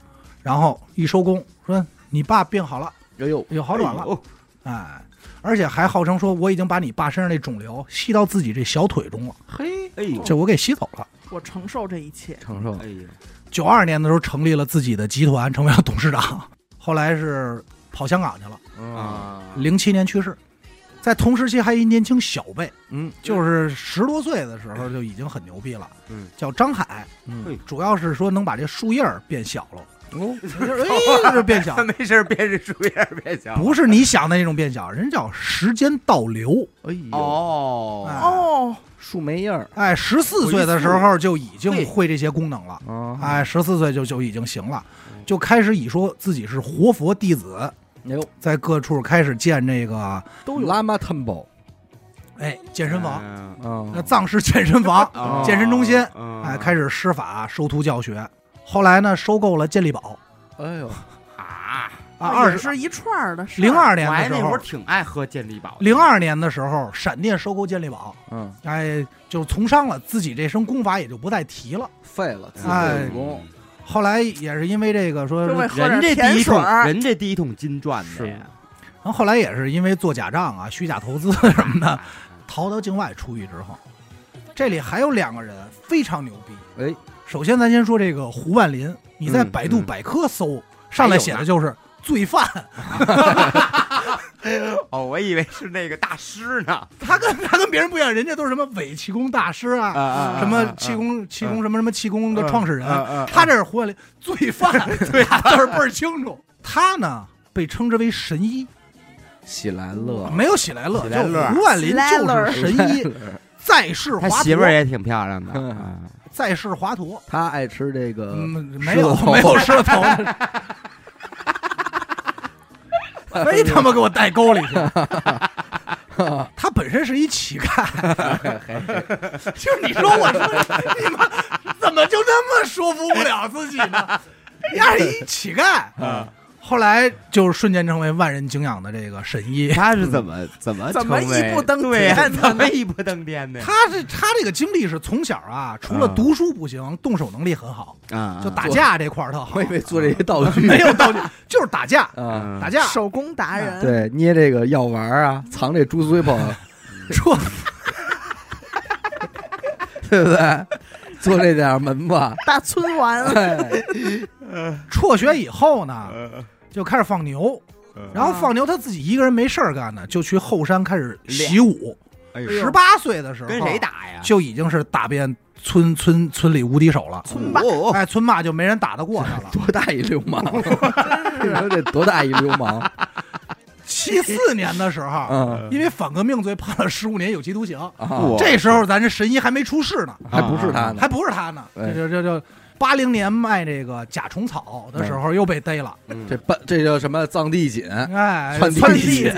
然后一收工说你爸病好了，哎呦，有好转了，哦，哎，而且还号称说我已经把你爸身上那肿瘤吸到自己这小腿中了，嘿，哦哎呦，这我给吸走了。我承受这一切，承受哎呦，九二年的时候成立了自己的集团，成为了董事长，后来是跑香港去了，啊，零七年去世，在同时期还一年轻小辈，嗯就是十多岁的时候就已经很牛逼了，嗯，叫张海，嗯，主要是说能把这树叶儿变小了，哦，哎，就是 变小他。没事儿，别是树叶儿别想不是你想的那种变小，人叫时间倒流。哎呦，哦，哦，啊树莓叶儿哎，十四岁的时候就已经会这些功能了。嗯啊，哎，十四岁就就已经行了，就开始以说自己是活佛弟子，哎呦，在各处开始建这个都有拉玛 temple 哎健身房，嗯那啊，藏式健身房，哦健身中心嗯 哎，开始施法收徒教学。后来呢，收购了健力宝哎呦，啊，啊，哦也二十是一串儿的事儿。零二我年还的那时会候儿，挺爱喝健力宝的，零二年的时候，闪电收购健力宝，嗯，哎，就从商了，自己这身功法也就不再提了。废了，自哎废武功，后来也是因为这个说，就为然喝人点这甜第一水桶，儿，人这第一桶金赚的是呀，后后来也是因为做假账啊、虚假投资什么的，逃到境外出狱之后，这里还有两个人非常牛逼。哎，首先咱先说这个胡万林，你在嗯百度嗯百科搜，上来写的就是罪犯，哦，我以为是那个大师呢，他跟他跟别人不一样，人家都是什么伪气功大师啊，啊嗯什么气功气功什么什么气功的创始人，他他这是胡万林罪 犯，对，啊 字儿倍儿清楚。他呢被称之为神医，喜来乐，没有喜来乐，哦喜叫来乐胡万林就是神 医， 在世华他佗，媳妇儿也挺漂亮的，嗯啊在世华佗，他爱吃这个，嗯，呃狮 没有子头没有狮子头，非他妈给我带沟里去。他本身是一乞 丐，就是你说我说你 妈啊怎么就那么说服不了自己呢？丫是一乞丐，后来就是瞬间成为万人敬仰的这个神 医。他是怎么怎么怎么成为一步登 对呀啊天的怎么一步登天的？他是他这个经历是从小啊，除了嗯读书不行，动手能力很好，啊，就打架这块儿特好我以。为做这些道 具没有道具， 就是打架，啊，嗯打架。 手工达人，对，捏这个药丸儿嗯啊，藏这猪 嘴巴，说对不对？做这点儿门 吧，大村丸， 哎，辍学以后呢，嗯就开始放牛，然后放牛他自己一个人没事儿干呢，就去后山开始习武。哎呦十八岁的时候，跟谁打呀？就已经是打遍村村村里无敌手了。村霸哦哎，村霸就没人打得过他了。多大一流 氓！你说这多大一流氓七四年的时候，啊！因为反革命罪判了十五年有期徒刑，啊，哇这时候咱这神医还没出世呢，还不是他呢，还不是他呢，嗯哎这就这就八零年卖这个甲虫草的时候又被逮了，这办这叫什么藏地锦？哎，窜窜地地去去。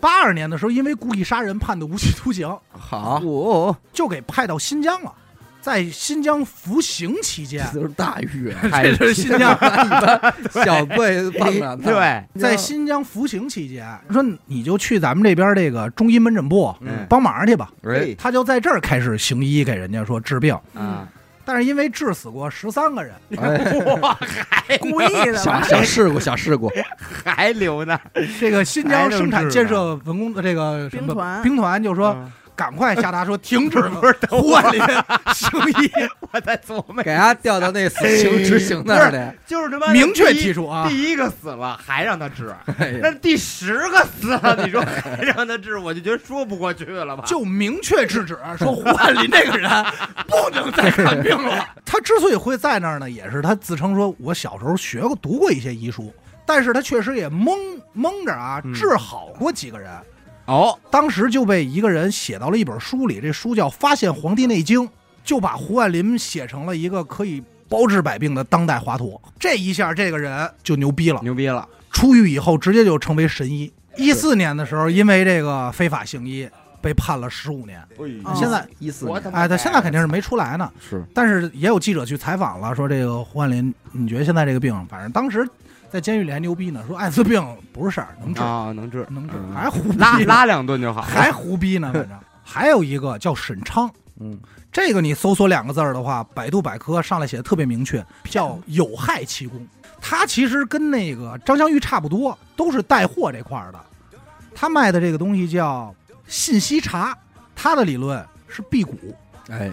八二年的时候，因为故意杀人判的无期徒刑， 好，哎就给派到新疆了，在新疆服刑期间这，都是大狱啊， 这 是新疆小罪放两趟。对，你知道吗，在新疆服刑期间，说你就去咱们这边这个中医门诊部嗯帮忙去吧。哎他就在这儿开始行医，给人家说治病，啊，但是因为治死过十三个人，哎，故意 的小吧？小事故，小事故，还留呢？这个新疆生产建设文工的这个什兵么团兵团就说嗯赶快下达 说停止胡万林行 医，我在琢磨，给他调到那死刑执行那儿去。就是他妈的明确第一提出啊第一个死了还让他治，啊哎呀那第十个死了，你说还让他治，我就觉得说不过去了吧？就明确制止 说胡万林这个人不能再看病了。 他之所以会在那儿呢，也是他自称说我小时候学过读过一些医书，但是他确实也蒙蒙着啊嗯治好过几个人。哦，当时就被一个人写到了一本书里，这书叫《发现黄帝内经》，就把胡万林写成了一个可以包治百病的当代华佗。这一下，这个人就牛逼了。牛逼了，出狱以后，直接就成为神医。一四年的时候，因为这个非法行医，被判了十五年。哎哦现在，一四我年他妈哎，他现在肯定是没出来呢。是但是也有记者去采访了，说这个胡万林，你觉得现在这个病，反正当时在监狱里还牛逼呢，说艾滋病不是事儿，能治，啊，能治，哦能治，嗯还胡逼 拉呢拉两顿就好，还胡逼呢，反正还有一个叫沈昌，嗯，这个你搜索两个字儿的话，百度百科上来写的特别明确，叫有害气功。他其实跟那个张香玉差不多，都是带货这块儿的。他卖的这个东西叫信息茶，他的理论是辟谷，哎，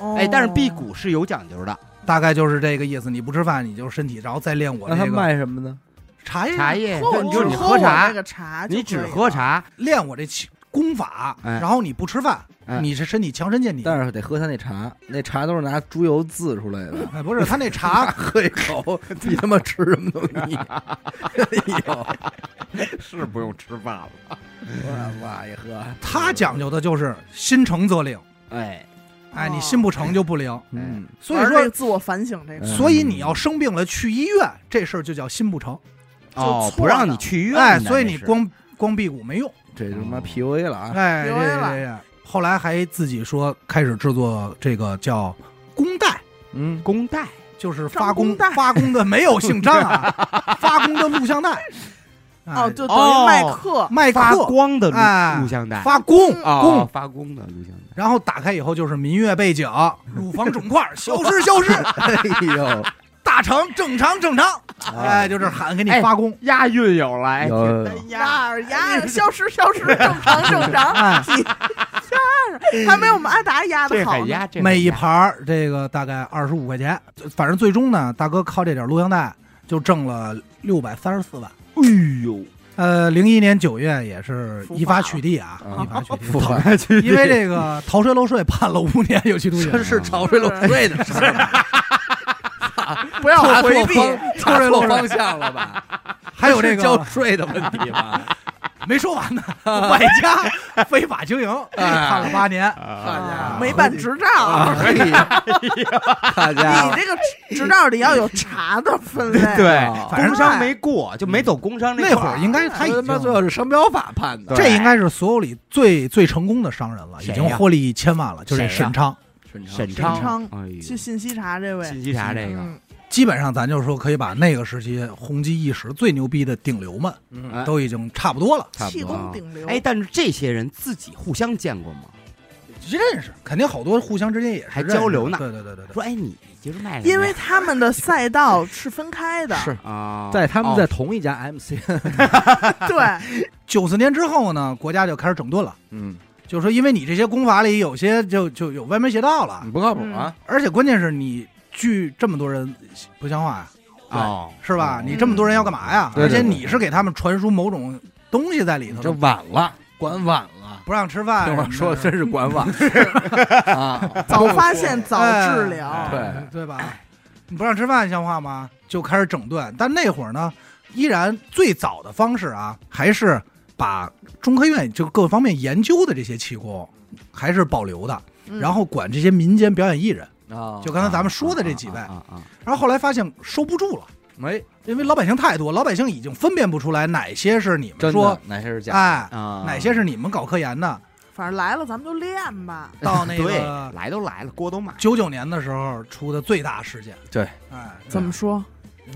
哦哎，但是辟，谷是有讲究的，大概就是这个意思。你不吃饭，你就身体，然后再练我那他这个卖什么呢？茶叶，茶叶，哦哎就你就只你喝我茶那，个茶啊就可以你了，只喝茶，练我这气功法，哎然后你不吃饭，哎你是身体强身健体。但是得喝他那茶，那茶都是拿猪油渍出来的。哎，不是他那茶喝一口，你他妈吃什么东西？哎呦， 是不用吃饭了。我哇一喝，他讲究的就是心诚则灵， 哎，哎，哦你心不诚就不灵。嗯，所以玩这个说，自我反省这个嗯所以你要生病了去医院，这事儿就叫心不诚。哦就，错不让了你去医院呢，哎，所以你这是光光辟谷没用。这他妈 PUA 了啊！哎，有这了这这后来还自己说开始制作这个叫弓带，嗯，公带就是发张弓功带发功的没有姓张 啊，发功的录像带。哎哦，就等于卖哦课，麦克发光的录哎录像带，发功哦功，发光的录像带。然后打开以后就是民乐背 景，乳房肿块消失消失，哎呦，大肠正常正常，哎，就这喊给你哎发功。押韵有了，哎有简单押，呀儿呀，消失消失，正常正 常， 哎，还没我们阿达压的这好还呢。押，这还每一押盘儿这个大概二十五块钱，反正最终呢，大哥靠这点录像带就挣了六百三十四万。哎呦，呃，零一年九月也是一发取缔啊，啊一发取复缔，盘 因为这个逃税漏税判了五年有期徒刑。这是潮水漏水的事儿， 不要查错回避，方查错方向了吧？还有这是交个税的问题吧？没说完呢，外加非法经营判了八年。啊好家伙啊没办执照。啊哎呀，大家你伙这个执照里要有茶的分类，对，反正工商没过，就没走工商那块啊会儿应该他已他妈最经。后是商标法判的，这应该是所有里最最成功的商人了，已谁经呀获利一千万了，就是谁呀沈昌。沈沈昌昌，哎去呦信息茶这位，信息茶这个嗯，基本上咱就说可以把那个时期红极一时最牛逼的顶流们嗯哎都已经差不多了，差不气多。功顶流。哎，，但是这些人自己互相见过吗？哎认识肯定好多互相之间也是还认识交流呢对对对对对，说哎，你你今儿卖什么呀？因为他们的赛道是分开的，是啊，在他们在哦同一家 MC，对，九四年之后呢，国家就开始整顿了。嗯，就是说，因为你这些功法里有些就就有歪门邪道了你，不靠谱啊，而且关键是你聚这么多人不像话呀，哦，是吧？嗯你这么多人要干嘛呀？对对而且对你是给他们传输某种东西在里你头嗯这的，晚了，管晚了。不让吃饭听什么我的，说，真是管 晚啊！早发现早嗯治哎疗。对对吧？你不让吃饭像话吗？就开始整顿。但那会儿呢，依然最早的方式啊，还是把中科院就各方面研究的这些气功还是保留的，嗯然后管这些民间表演艺人。啊，就刚才咱们说的这几位，啊啊，然后后来发现收不住了，没因为老百姓太多，老百姓已经分辨不出来哪些是你们真说的，哪些是假？哎，啊哪些是你们搞科研的。反正来了，咱们就练吧。到那对个来都来了，锅都满，九九年的时候出的最大事件，对，哎，怎么说？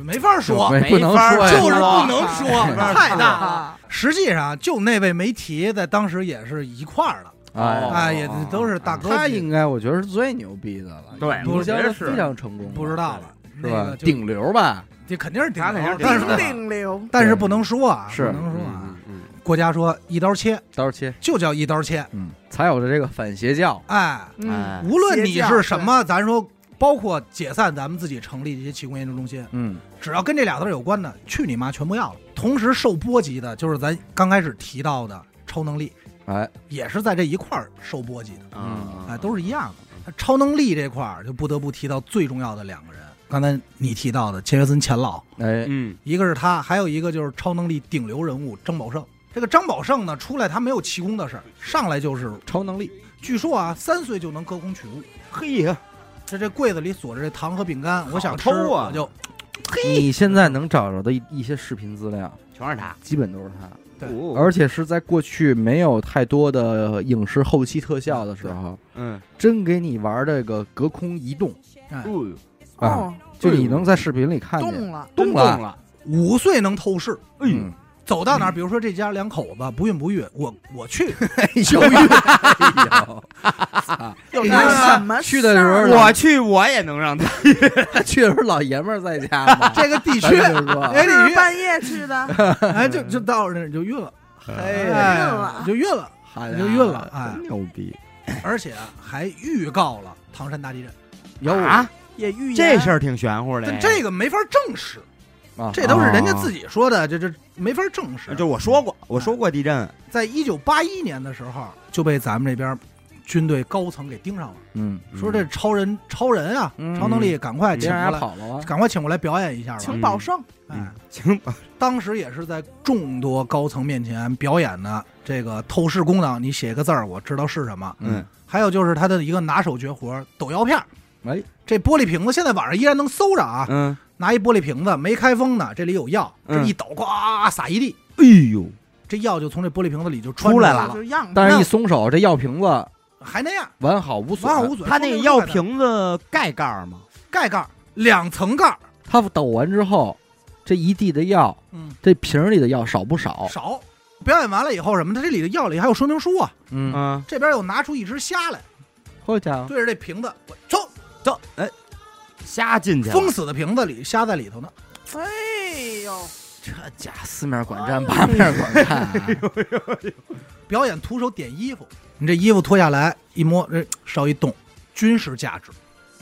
没法说，没不能没法说呀，就是不能没说，法太大了。啊！实际上，就那位媒体在当时也是一块儿的，哎哦哎，也都是大哥级。他应该我觉得是最牛逼的了，对营销我觉的得是非常成功，不知道了，是那吧个？就顶流吧，这肯定是顶他肯定流是，但顶流 是顶流，但是不能说啊，是不能说啊。嗯，国家说一刀切，刀儿切，就叫一刀切，嗯，才有了这个反邪教，哎，嗯哎无论你是什么，咱说包括解散咱们自己成立这些气功研究中心，嗯，只要跟这俩字儿有关的，去你妈，全不要了。同时受波及的就是咱刚开始提到的超能力，哎，也是在这一块儿受波及的。啊哎，都是一样的。超能力这块儿就不得不提到最重要的两个人，刚才你提到的钱学森钱老，哎，嗯一个是他，还有一个就是超能力顶流人物张宝胜。这个张宝胜呢，出来他没有气功的事儿，上来就是，超能力，据说啊，三岁就能隔空取物。嘿呀，这这柜子里锁着这糖和饼干，我想吃偷啊我就你现在能找着的一一些视频资料，全是他，基本都是他，对哦而且是在过去没有太多的影视后期特效的时候，嗯，真给你玩这个隔空移动哎哦啊，哦，就你能在视频里看见动，了，真动了，了，五岁能透视。哎呦，嗯走到哪儿，比如说这家两口子不孕不育，我我 去，有 哎有，有什么去的时候事儿啊我去，我也能让他，确实老爷们儿在家嘛，这个地区咱，就说哎你是去半夜去的，哎就就到那儿就晕了，哎，哎就晕了，好就晕了，哎真，牛逼，而且还预告了唐山大地震，有啊，也预言这事儿挺玄乎的但，这个没法证实，啊这都是人家自己说的，这这没法证实。哦哎就我说过，我说过地震，在一九八一年的时候，就被咱们这边军队高层给盯上了，嗯，说这超人超人啊，嗯超能力，赶快嗯别请过让人来，跑了吗？啊赶快请过来表演一下吧。请保胜，哎，行，当时也是在众多高层面前表演的这个透视功能，你写个字儿，我知道是什么。嗯，还有就是他的一个拿手绝活，抖药片儿。哎，这玻璃瓶子现在网上依然能搜着啊，嗯，拿一玻璃瓶子没开封呢，这里有药，嗯这一抖，呱撒一地，哎呦，这药就从这玻璃瓶子里就出来来了就样但是一样松手，这药瓶子还那样，完好无损，啊完好无损。啊他那药说明瓶子盖盖儿吗？是盖盖儿两层盖儿，他抖完之后，这一地的药，嗯，这瓶儿里的药少不哦少？少。表演完了以后，什么？它这里的药里还有说明书啊。嗯，嗯，这边又拿出一只虾来，好家伙，对着这瓶子，我走，走，哎，瞎进去了，封死的瓶子里，虾在里头呢。哎呦，这家四面管战，八面管战啊，表演徒手点衣服，你这衣服脱下来一摸，这稍一动，军事价值，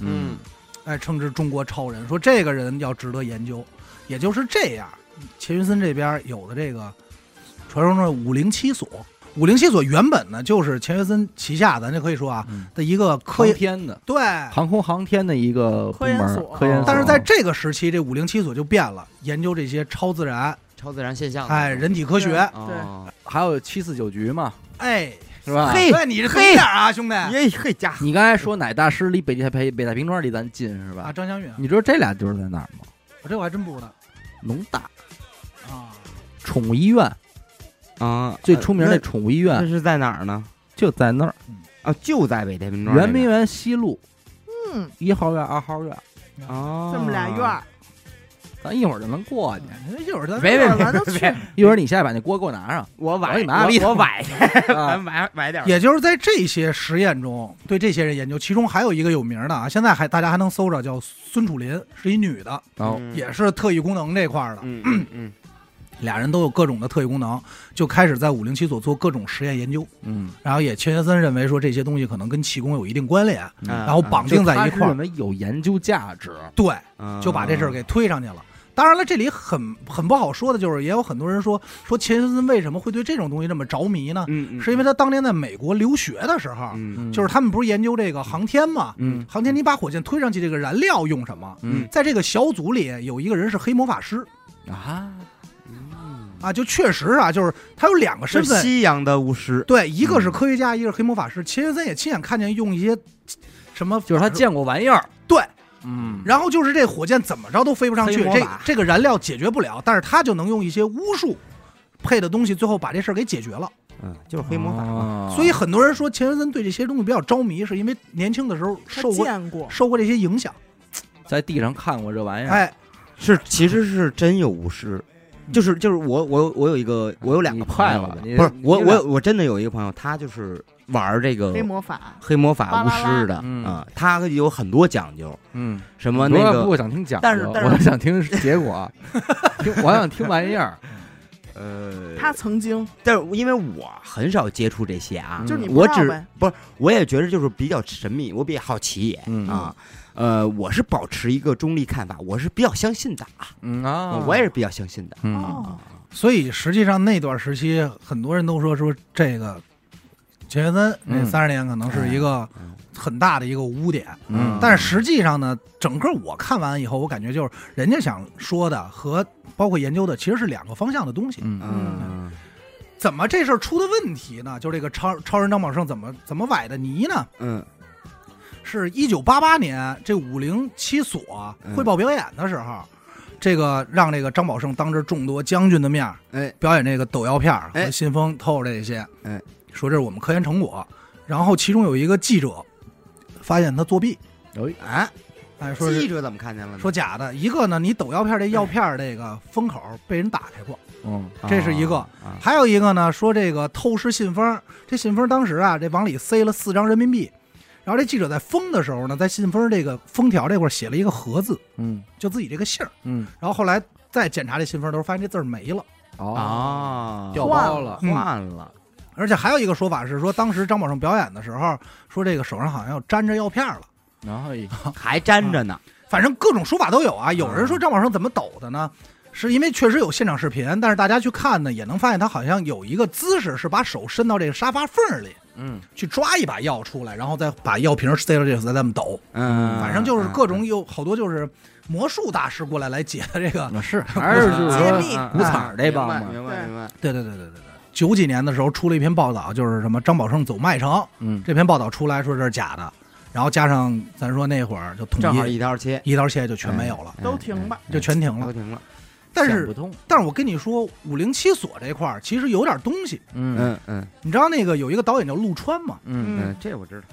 嗯，哎，称之中国超人。说这个人要值得研究，也就是这样。钱学森这边有的这个传说中的五零七所，五零七所原本呢就是钱学森旗下，咱就可以说啊嗯的一个科航研天的对。航空航天的一个部科研门所科研所，哦但是在这个时期，这五零七所就变了，研究这些超自然，超自然现象，哎，人体科学，哦，还有七四九局嘛，哎，是吧？嘿对，你这黑点儿啊，兄弟啊，耶嘿家伙，你刚才说哪大师离北太北北太平庄离咱近是吧？张湘韵啊，你知道这俩地儿在哪儿吗？我这我还真不知道农大 啊。宠物医院啊，最出名的那宠物医这院是在哪儿呢？就在那儿，啊，就在北太平庄那圆边，明园西路嗯，一号院、二号院，哦这么俩院儿，咱一会儿就能过去。一会儿咱别别咱都去别，一会儿你下去把那锅给我拿 上，我我崴，给你拿了一我我 崴，啊咱崴崴点儿。也就是在这些实验中，对这些人研究，其中还有一个有名的啊，现在还大家还能搜着，叫孙楚林，是一女的，然后也是特异功能这块儿的，嗯嗯嗯俩人都有各种的特异功能，就开始在五零七所做各种实验研究，嗯，然后也钱学森认为说这些东西可能跟气功有一定关联，啊嗯，然然后绑定在一就块他儿，认为有研究价值，对，嗯就把这事儿给推上去了。当然了，这里很很不好说的就是，也有很多人说说钱学森为什么会对这种东西这么着迷呢？嗯，嗯是因为他当年在美国留学的时候，嗯就是他们不是研究这个航天吗？嗯航天你把火箭推上去，这个燃料用什么？嗯在这个小组里有一个人是黑魔法师啊，嗯，啊，就确实啊，就是他有两个身是份，西洋的巫师，对，一嗯个是科学家，一个是黑魔法师。钱学森也亲眼看见用一些什么，就是他见过玩意儿，对，嗯，然后就是这火箭怎么着都飞不上去，黑魔这法这个燃料解决不了，但是他就能用一些巫术配的东西，最后把这事儿给解决了。嗯，就是黑魔法嘛。法所以很多人说钱学森对这些东西比较着迷，是因为年轻的时候他受过见过，受过这些影响。在地上看过这玩意儿，哎，是，其实是真有巫师，就是就是我我我有一个我有两个你朋快友了的，你嗯不是你我俩我我真的有一个朋友，他就是玩儿这个黑魔法，黑魔法巴巫啦啦师的嗯啊，他有很多讲究，嗯，什么我那也个不想听讲究，但是但是我想听结果，听我想听玩意儿，呃他曾经但是因为我很少接触这些啊，嗯就是你不知我道只呗，不是，我也觉得就是比较神秘，我比较好奇也、嗯啊，呃，我是保持一个中立看法，我是比较相信的，嗯啊，我也是比较相信的。嗯哦，所以实际上那段时期，很多人都说说这个钱学森那嗯哎三十年可能是一个嗯很大的一个污点。嗯但是实际上呢，整个我看完以后，我感觉就是人家想说的和包括研究的其实是两个方向的东西。嗯嗯怎么这事儿出的问题呢？就这个超超人张宝胜怎么怎么崴的泥呢？嗯是一九八八年这五零七所嗯汇报表演的时候，这个让这个张宝胜当着众多将军的面儿哎表演这个抖腰片儿哎和信封透这些，哎，说这是我们科研成果。然后其中有一个记者发现他作弊，哎，哎，说记是者怎么看见了呢？说假的。一个呢，你抖药片儿这药片儿这个封口被人打开过，嗯这是一个啊还有一个呢，说这个透视信封，这信封当时啊，这往里塞了四张人民币，然后这记者在封的时候呢，在信封这个封条这块儿写了一个“盒”字，嗯就自己这个姓儿。嗯然后后来再检查这信封的时候，发现这字儿没了。哦，啊，掉换包了 了，嗯换了，而且还有一个说法是说，当时张宝胜表演的时候，说这个手上好像要粘着药片了。然后一还粘着呢。反正各种说法都有啊。有人说张宝胜怎么抖的呢？是因为确实有现场视频，但是大家去看呢，也能发现他好像有一个姿势是把手伸到这个沙发缝儿里嗯去抓一把药出来，然后再把药瓶塞到这个再这么抖。嗯，反正就是各种有好多就是魔术大师过来来解的这个。啊是还是就是揭秘说五彩儿这帮嘛，啊嗯明白明白。对对对对对对。九几年的时候出了一篇报道，就是什么张宝胜走麦城嗯这篇报道出来说这是假的，然后加上咱说那会儿就统正好一一刀切，一刀切就全没有了，哎都停吧，就全停都了。停了。但是想不通，但是我跟你说，五零七所这块儿其实有点东西。嗯嗯嗯你知道那个有一个导演叫陆川吗？嗯嗯，这我知道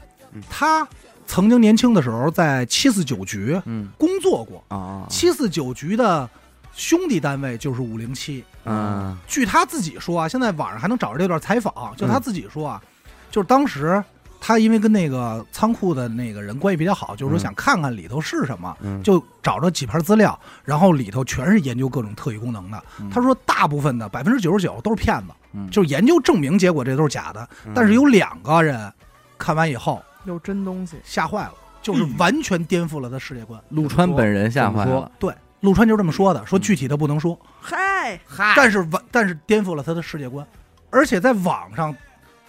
他曾经年轻的时候在七四九局嗯工作过，啊七四九局的兄弟单位就是五零七。啊啊据他自己说啊，现在网上还能找着这段采访，嗯就他自己说啊，就是当时。他因为跟那个仓库的那个人关系比较好，就是说嗯想看看里头是什么，嗯就找着几盘资料，然后里头全是研究各种特异功能的。嗯他说大部分的百分之九十九都是骗子，嗯就是研究证明结果这都是假的，但是有两个人看完以后有真东西，吓坏了，就是完全颠覆了他世界观。陆川本人嗯吓坏怎了嗯么说，对，陆川就这么说的，说具体他不能说，嗨，嗨但是完但是颠覆了他的世界观，而且在网上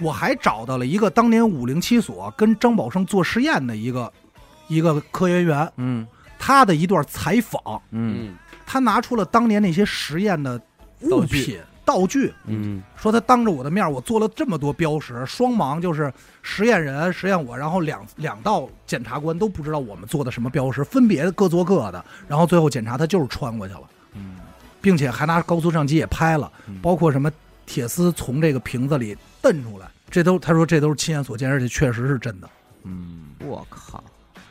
我还找到了一个当年五零七所跟张宝胜做实验的一个一个科研员嗯他的一段采访，嗯他拿出了当年那些实验的物道具品道具嗯说他当着我的面儿，我做了这么多标识，双盲就是实验人、实验我，然后两两道检察官都不知道我们做的什么标识，分别各做各的，然后最后检查他就是穿过去了，嗯并且还拿高速相机也拍了嗯，包括什么铁丝从这个瓶子里蹬出来，这都他说这都是亲眼所见，而且确实是真的。嗯，我靠！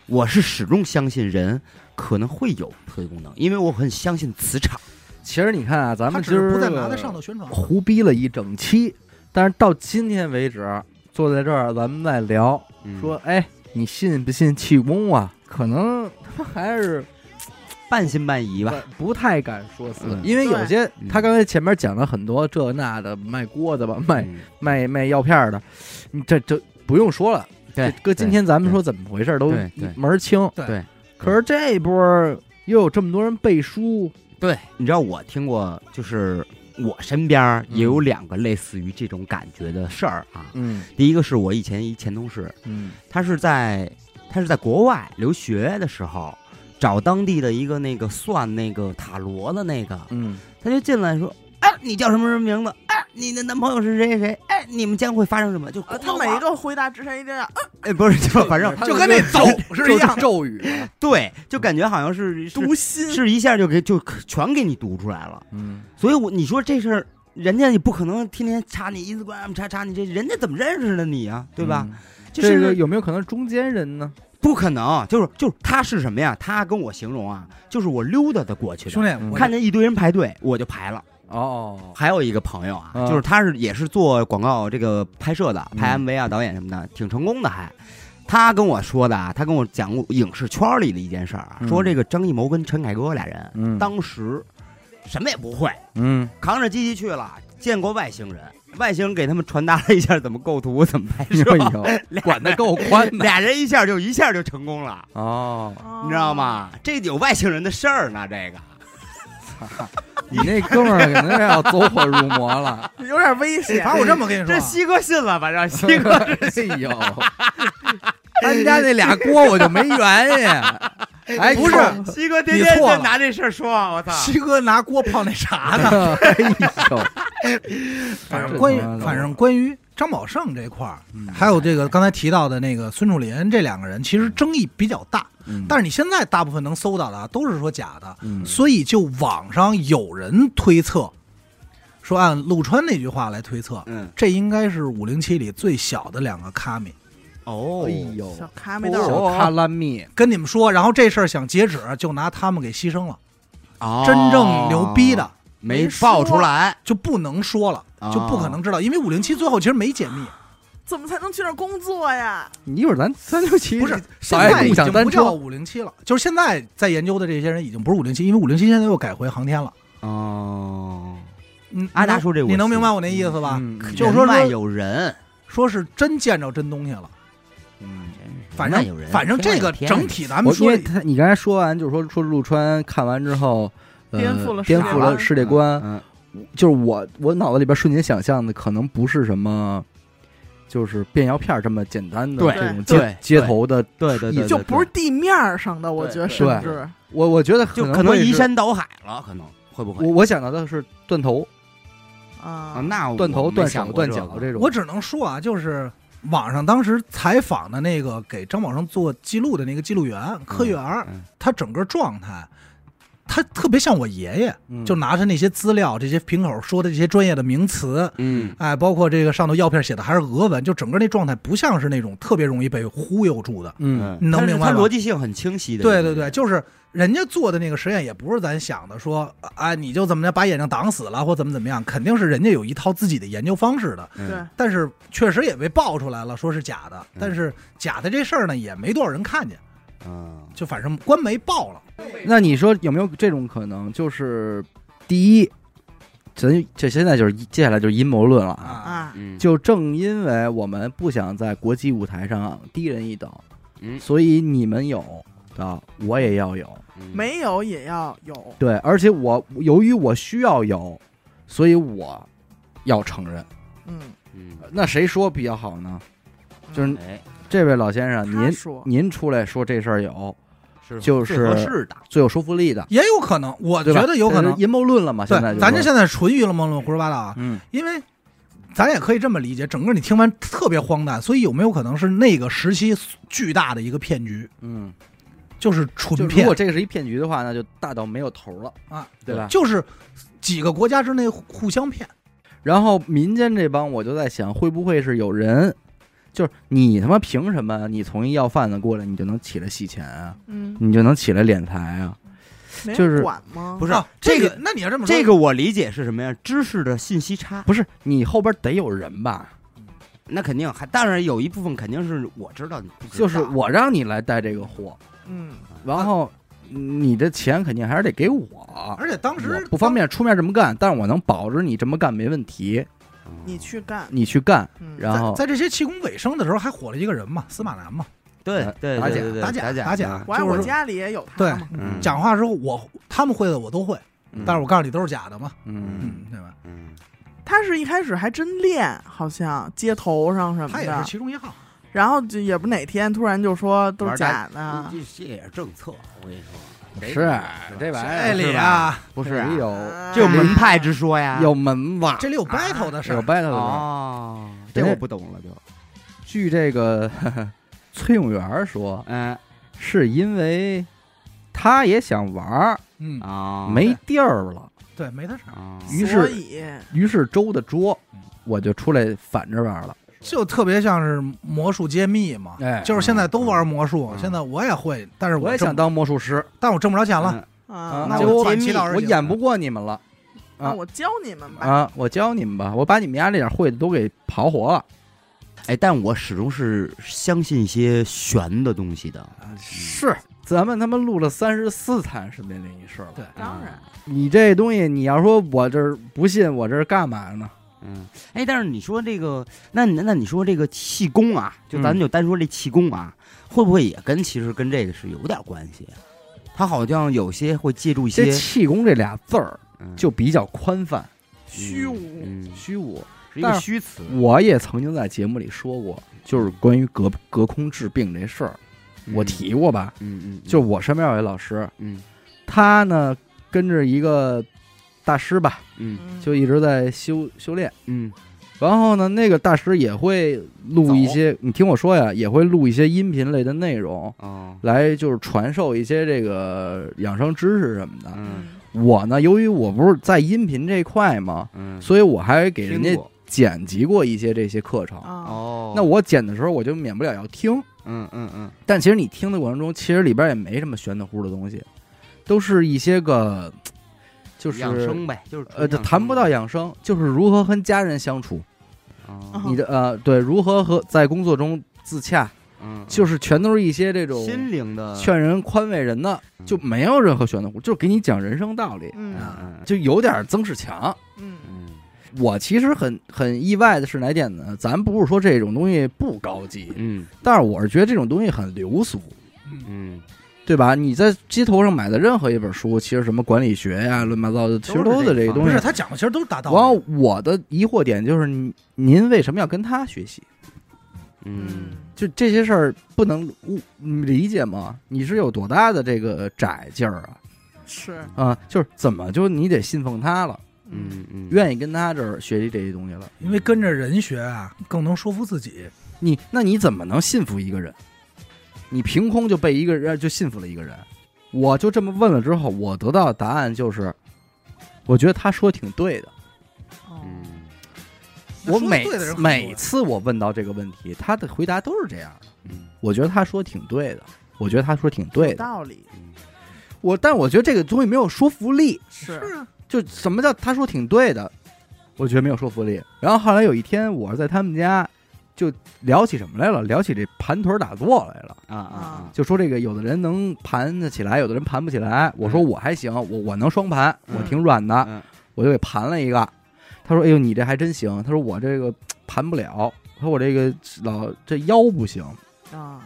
我是始终相信人可能会有特异功能，因为我很相信磁场。其实你看啊，咱他们只今是儿不再拿在上头宣传。胡逼了一整期，但是到今天为止，坐在这儿咱们在聊，嗯说哎，你信不信气功啊？可能他妈还是半信半疑吧，不不太敢说死，嗯因为有些嗯他刚才前面讲了很多这那的，卖锅的吧，卖嗯卖卖药片儿的，你这这不用说了。对这搁今天咱们说怎么回事都对对门儿清。对对可是这波儿又有这么多人背书，对，你知道我听过，就是我身边儿也有两个类似于这种感觉的事儿啊。嗯第一个是我以前一前同事，嗯他是在他是在国外留学的时候，找当地的一个那个算那个塔罗的那个，嗯他就进来说。哎，你叫什么什么名字？哎，你的男朋友是谁谁谁？哎，你们将会发生什么？就啊，他每一个回答之前一定要，啊哎，不是，就反正就跟那走是一样，咒语，对，就感觉好像是是读心，是一下就给就全给你读出来了。嗯，所以我你说这事儿，人家也不可能天天查你 Instagram 查查你这，人家怎么认识的你啊？对吧？嗯？就这个是有没有可能中间人呢？不可能，就是就是他是什么呀？他跟我形容啊，就是我溜达的过去兄的，弟，嗯我看见一堆人排队，我就排了。哦，还有一个朋友啊，嗯就是他是也是做广告这个拍摄的，嗯拍 MV 啊、导演什么的，挺成功的还。他跟我说的啊，他跟我讲过影视圈里的一件事儿啊，嗯说这个张艺谋跟陈凯歌俩人、嗯当时什么也不会，嗯扛着机器去了，见过外星人，外星人给他们传达了一下怎么构图、怎么拍摄，哎呦，管那够宽的， 俩人一下就一下就成功了，哦，你知道？吗？这有外星人的事儿呢，这个你那哥们儿可能要走火入魔 了。有点危险反。正我这么跟你说这啊，西哥信了吧？让 西哎哥呦，他们家那俩锅我就没缘呀。哎，不是西哥天你天错就了拿这事儿说啊，我操！西哥拿锅泡那啥呢？ 哎呦，反正关这于他妈的反正关于张宝胜这块儿，嗯还有这个刚才提到的那个孙楚林这两个人，其实争议比较大。嗯但是你现在大部分能搜到的啊都是说假的，嗯所以就网上有人推测，说按陆川那句话来推测，嗯这应该是五零七里最小的两个卡米。哦哎呦，小哦咖没到，小卡拉蜜，跟你们说，然后这事儿想截止，就拿他们给牺牲了。哦真正牛逼的没没说爆出来，就不能说了，就不哦可能知道，因为五零七最后其实没解密。怎么才能去那儿工作呀？你一会儿咱咱就骑不是小现爱在共已经享单不叫车，五零七了，就是现在在研究的这些人已经不是五零七，因为五零七现在又改回航天了。哦，嗯，阿达你能说这我你能明白信我那意思吧？嗯就说人外说有人，说是真见着真东西了，嗯，反人外正有人，反正这个天啊外有整天体咱们我因说为他你刚才说完就是说说陆川看完之后，呃颠覆了世界颠覆了观世界观，嗯就是我我脑子里边瞬间想象的可能不是什么，就是变药片儿这么简单的对这种对街街对头的，对对对，就对不是地面儿上的，我对觉得对甚对至我我觉得就可可能会移是，山倒海了，可能会不会我？我想到的是断头、啊，啊，那我断头、没断想手、过断这脚个这种。我只能说啊，就是网上当时采访的那个给张宝胜做记录的那个记录员科员儿嗯，他整个状态，他特别像我爷爷，嗯就拿着那些资料、这些瓶口说的这些专业的名词，嗯哎，包括这个上头药片写的还是俄文，就整个那状态不像是那种特别容易被忽悠住的，嗯你能但是明白它吗逻？辑性很清晰的。对对对，就是人家做的那个实验也不是咱想的说，啊，你就怎么着把眼睛挡死了或怎么怎么样，肯定是人家有一套自己的研究方式的。嗯对，但是确实也被爆出来了，说是假的，嗯但是假的这事儿呢也没多少人看见，嗯就反正官媒爆了。那你说有没有这种可能？就是第一，咱这现在就是接下来就是阴谋论了啊！啊，啊，嗯，就正因为我们不想在国际舞台上低人一等，嗯所以你们有啊，我也要有。嗯没有也要有，对，而且我由于我需要有，所以我要承认。嗯，嗯，那谁说比较好呢？嗯就是哎，这位老先生，他您说您出来说这事儿有是就是最合适的。最有说服力的，也有可能，我对吧觉得有可能这是。阴谋论了嘛？现在对，咱就这是现在纯娱乐梦论胡说八道啊，嗯，因为咱也可以这么理解，整个你听完特别荒诞，所以有没有可能是那个时期巨大的一个骗局，嗯，就是就纯如骗果，这个是一骗局的话，那就大到没有头了啊，对吧？就是几个国家之内互互相骗。然后民间这帮，我就在想，会不会是有人就是你他妈凭什么你从一要饭的过来，你就能起来洗钱啊，嗯，你就能起来敛财啊？没就是人管吗？不是啊这这个个，那你要这么说，这个我理解是什么呀？知识的信息差，不是，你后边得有人吧？那肯定还，当然有一部分肯定是我知道你不知道，就是我让你来带这个货，嗯，然后你的钱肯定还是得给我。而且当我时不方，便出面这么干，但是我能保证你这么干没问题。嗯你去干，你去干，嗯，然后在这些气功尾声的时候，还火了一个人嘛，司马南嘛，对对打假对啊对对打假假打假我爱就是我说家里也有他对嘛，嗯讲话时候我他们会的我都会，但是我告诉你都是假的嘛，嗯，嗯，对吧？嗯他是一开始还真练，好像街头上什他么也是的，其中一号，然后就也不哪天突然就说都是玩大假的，嗯哎这这也是政策，我跟你说，得啊是这玩意儿这里啊，不哎是是啊有啊这有门派之说呀，有门吧？这里有 battle 的事啊有儿， battle 的时候哦，这我不懂了就，据这个 崔永元说，嗯是因为他也想玩儿，嗯，啊，哦没哦地儿了，对，没他事儿，啊，于所是以嗯于是周的桌，我就出来反着玩了。就特别像是魔术揭秘嘛，哎就是现在都玩魔术，嗯现在我也会，但是我也挣想，当嗯魔术师，但我挣不着钱了，啊，那结我果反其道而我行演不过你们了那啊我教你们吧，啊！我教你们吧，我把你们家这点会的都给刨活了。哎，但我始终是相信一些玄的东西的，嗯嗯是，咱们他妈录了三十四谈身边灵异事了。对当然，你这东西，你要说我这儿不信，我这儿干嘛呢？嗯，哎，但是你说这个，那你那你说这个气功啊，就咱嗯就单说这气功啊，会不会也跟其实跟这个是有点关系？啊它好像有些会借助一这些气功这俩字儿嗯就比较宽泛、虚无，嗯，虚无。是一但个是虚词，我也曾经在节目里说过，就是关于隔隔空治病这事儿，我提过吧。嗯，嗯嗯，就我身边有一老师，嗯他呢跟着一个大师吧，嗯嗯就一直在修修炼。嗯然后呢，那个大师也会录一些，你听我说呀，也会录一些音频类的内容，哦来就是传授一些这个养生知识什么的。嗯嗯我呢，由于我不是在音频这一块嘛，嗯，所以我还给人家听过剪辑过一些这些课程。啊，哦，那我剪的时候，我就免不了要听。嗯嗯嗯但其实你听的过程中，其实里边也没什么玄乎的东西，都是一些个，就是养生嗯呗，就是呃，这这谈不到养生，就是如何和家人相处，哦你的呃，对，如何和在工作中自洽，嗯，就是全都是一些这种心灵的嗯劝人宽慰人的，就没有任何玄乎，就是给你讲人生道理，嗯嗯就有点曾仕强。嗯嗯我其实很很意外的是哪点呢？咱不是说这种东西不高级，嗯但是我是觉得这种东西很流俗。嗯对吧？你在街头上买的任何一本书，其实什么管理学呀、乱七八糟的，其实都是这个东不西哦是。他讲的其实都是大道然理，后我的疑惑点就是您，您为什么要跟他学习？嗯就这些事儿不能误理解吗？你是有多大的这个窄劲儿啊？是，啊，就是怎么就你得信奉他了，嗯嗯嗯，愿意跟他这儿学习这些东西了？因为跟着人学啊，更能说服自己。你那你怎么能信服一个人？你凭空就被一个人就信服了一个人？我就这么问了之后，我得到的答案就是，我觉得他说挺对的。哦嗯我说得每对的人很多每次我问到这个问题，他的回答都是这样的。嗯我觉得他说挺对的，我觉得他说挺对有的。道理，嗯我但我觉得这个东西没有说服力，是啊就什么叫他说挺对的，我觉得没有说服力。然后后来有一天，我是在他们家就聊起什么来了，聊起这盘腿打坐来了。啊啊啊，就说这个有的人能盘得起来，有的人盘不起来。我说嗯我还行，我我能双盘，嗯我挺软的，嗯我就给盘了一个。他说：“哎呦，你这还真行。”他说：“我这个盘不了，他说我这个老这腰不行，啊，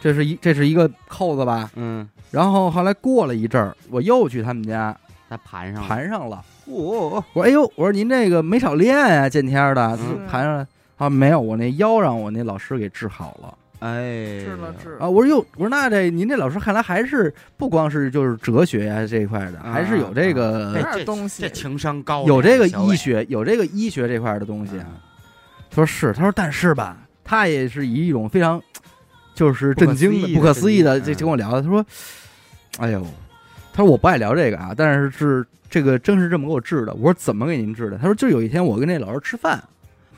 这是一这是一个扣子吧。嗯，”然后后来过了一阵儿，我又去他们家他盘上了，盘上了。哦，我说：“哎呦，我说您这个没少练啊，见天儿的嗯盘上了。”他说：“没有，我那腰让我那老师给治好了。”哎，治了治啊，，我说哟，我说那这您这老师看来还是不光是就是哲学呀、这一块的，还是有这啊个、呃哎有点东西这情商高，啊有这个小伟医学有这个医学这块的东西。啊嗯他说是，他说但是吧，他也是以一种非常就是震惊的、不不可可思思议议的的这嗯跟我聊的，他说，哎呦，他说我不爱聊这个啊，但是是这个真是这么给我治的。我说怎么给您治的？他说就有一天我跟那老师吃饭，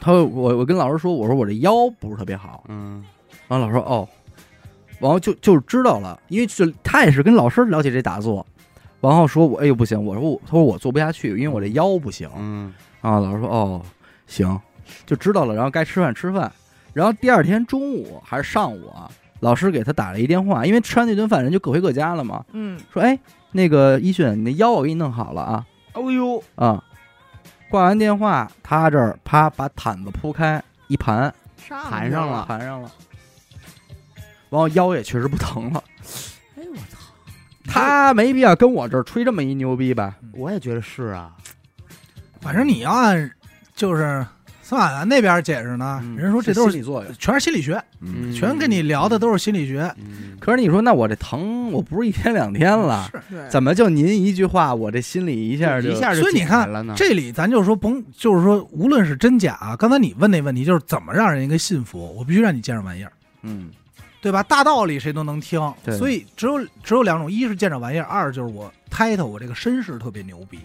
他会我我跟老师说，我说我这腰不是特别好，嗯，然后老师说哦，然后就就是知道了，因为就他也是跟老师了解这打坐，然后说我哎呦不行，我说我他说我做不下去，因为我这腰不行嗯，啊。老师说哦行，就知道了，然后该吃饭吃饭，然后第二天中午还是上午啊，老师给他打了一电话，因为吃完那顿饭人就各回各家了嘛，嗯，说哎那个一迅，你的腰我给你弄好了啊哦呦，啊。挂完电话，他这儿啪把毯子铺开一盘，上盘上了盘上了，然后腰也确实不疼了。哎我操，他没必要跟我这儿吹这么一牛逼吧？我也觉得是啊，反正你要按就是司马南那边解释呢，人说这都是嗯心理作用。全是心理学，嗯全跟你聊的都是心理学。嗯可是你说，那我这疼，我不是一天两天了，是，对，怎么就您一句话，我这心里一下就一下就所以你看解了呢，这里咱就说甭，就是说无论是真假啊，刚才你问那问题就是怎么让人一个信服，我必须让你见着玩意儿，嗯对吧？大道理谁都能听，对所以只有只有两种，一是见着玩意儿，二就是我 title 我这个身世特别牛逼。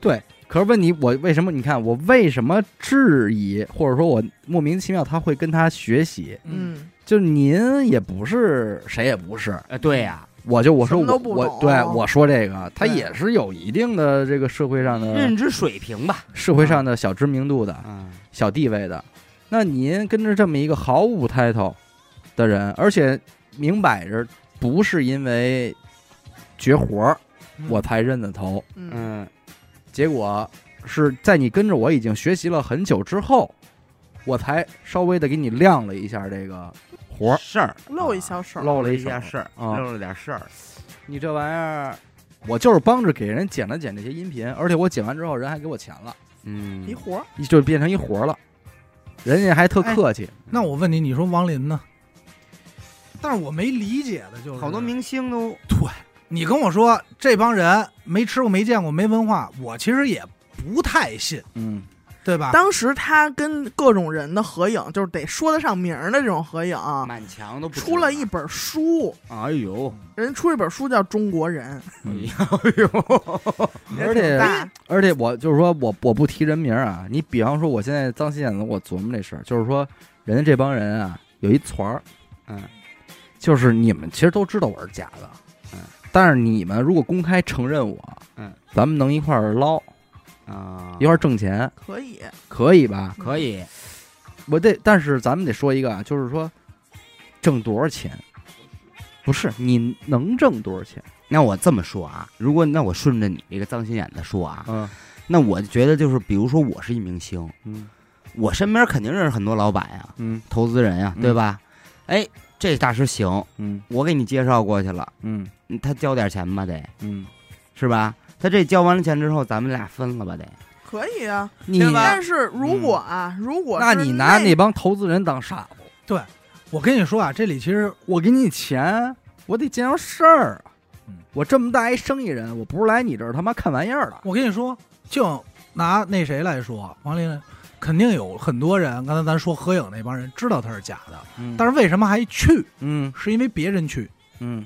对。可是问你，我为什么？你看我为什么质疑，或者说我莫名其妙他会跟他学习？嗯，就是您也不是，谁也不是，哎对呀，我就我说什么我都不我懂对我说这个，他对也是有一定的这个社会上的认知水平吧，社会上的小知名度的，嗯，小地位的。那您跟着这么一个毫无 title 的人，而且明摆着不是因为绝活儿我才认的头，嗯嗯，结果是在你跟着我已经学习了很久之后，我才稍微的给你亮了一下这个活儿，事儿露一小手，露了漏嗯了一一手下事儿，哦啊漏了点事儿，你这玩意儿。我就是帮着给人剪了剪这些音频，而且我剪完之后人还给我钱了，嗯一活儿，就变成一活儿了，人家还特哎客气。那我问你，你说王林呢？但是我没理解的就是，好多明星都你跟我说这帮人没吃过、没见过、没文化，我其实也不太信，嗯，对吧？当时他跟各种人的合影，就是得说得上名儿的这种合影，满墙都不啊出了一本书，哎呦，人出一本书叫《中国人哎呦，》，而且挺大而且我就是说我我不提人名儿啊，你比方说我现在脏心眼子，我琢磨这事儿，就是说人家这帮人啊有一团儿，嗯，就是你们其实都知道我是假的，嗯，但是你们如果公开承认我，嗯，咱们能一块儿捞，啊，一块儿挣钱，可以，可以吧？可以，我得，但是咱们得说一个啊，就是说挣多少钱，不是你能挣多少钱，那我这么说啊，如果那我顺着你这个脏心眼子说啊，嗯那我觉得就是，比如说我是一明星，嗯我身边肯定认识很多老板呀、嗯投资人呀、嗯对吧？哎，这大师行，嗯我给你介绍过去了，嗯嗯他交点钱吧得，嗯，是吧？他这交完了钱之后，咱们俩分了吧得。可以啊。你嗯但是如果啊，如果那是你拿那那帮投资人当傻子。我跟你说啊，这里其实我给你钱，我得见着事儿啊嗯。我这么大一生意人，我不是来你这儿他妈看玩意儿的。我跟你说，就拿那谁来说，王林肯定有很多人，刚才咱说合影那帮人知道他是假的，但是，是为什么还去？嗯是因为别人去，嗯，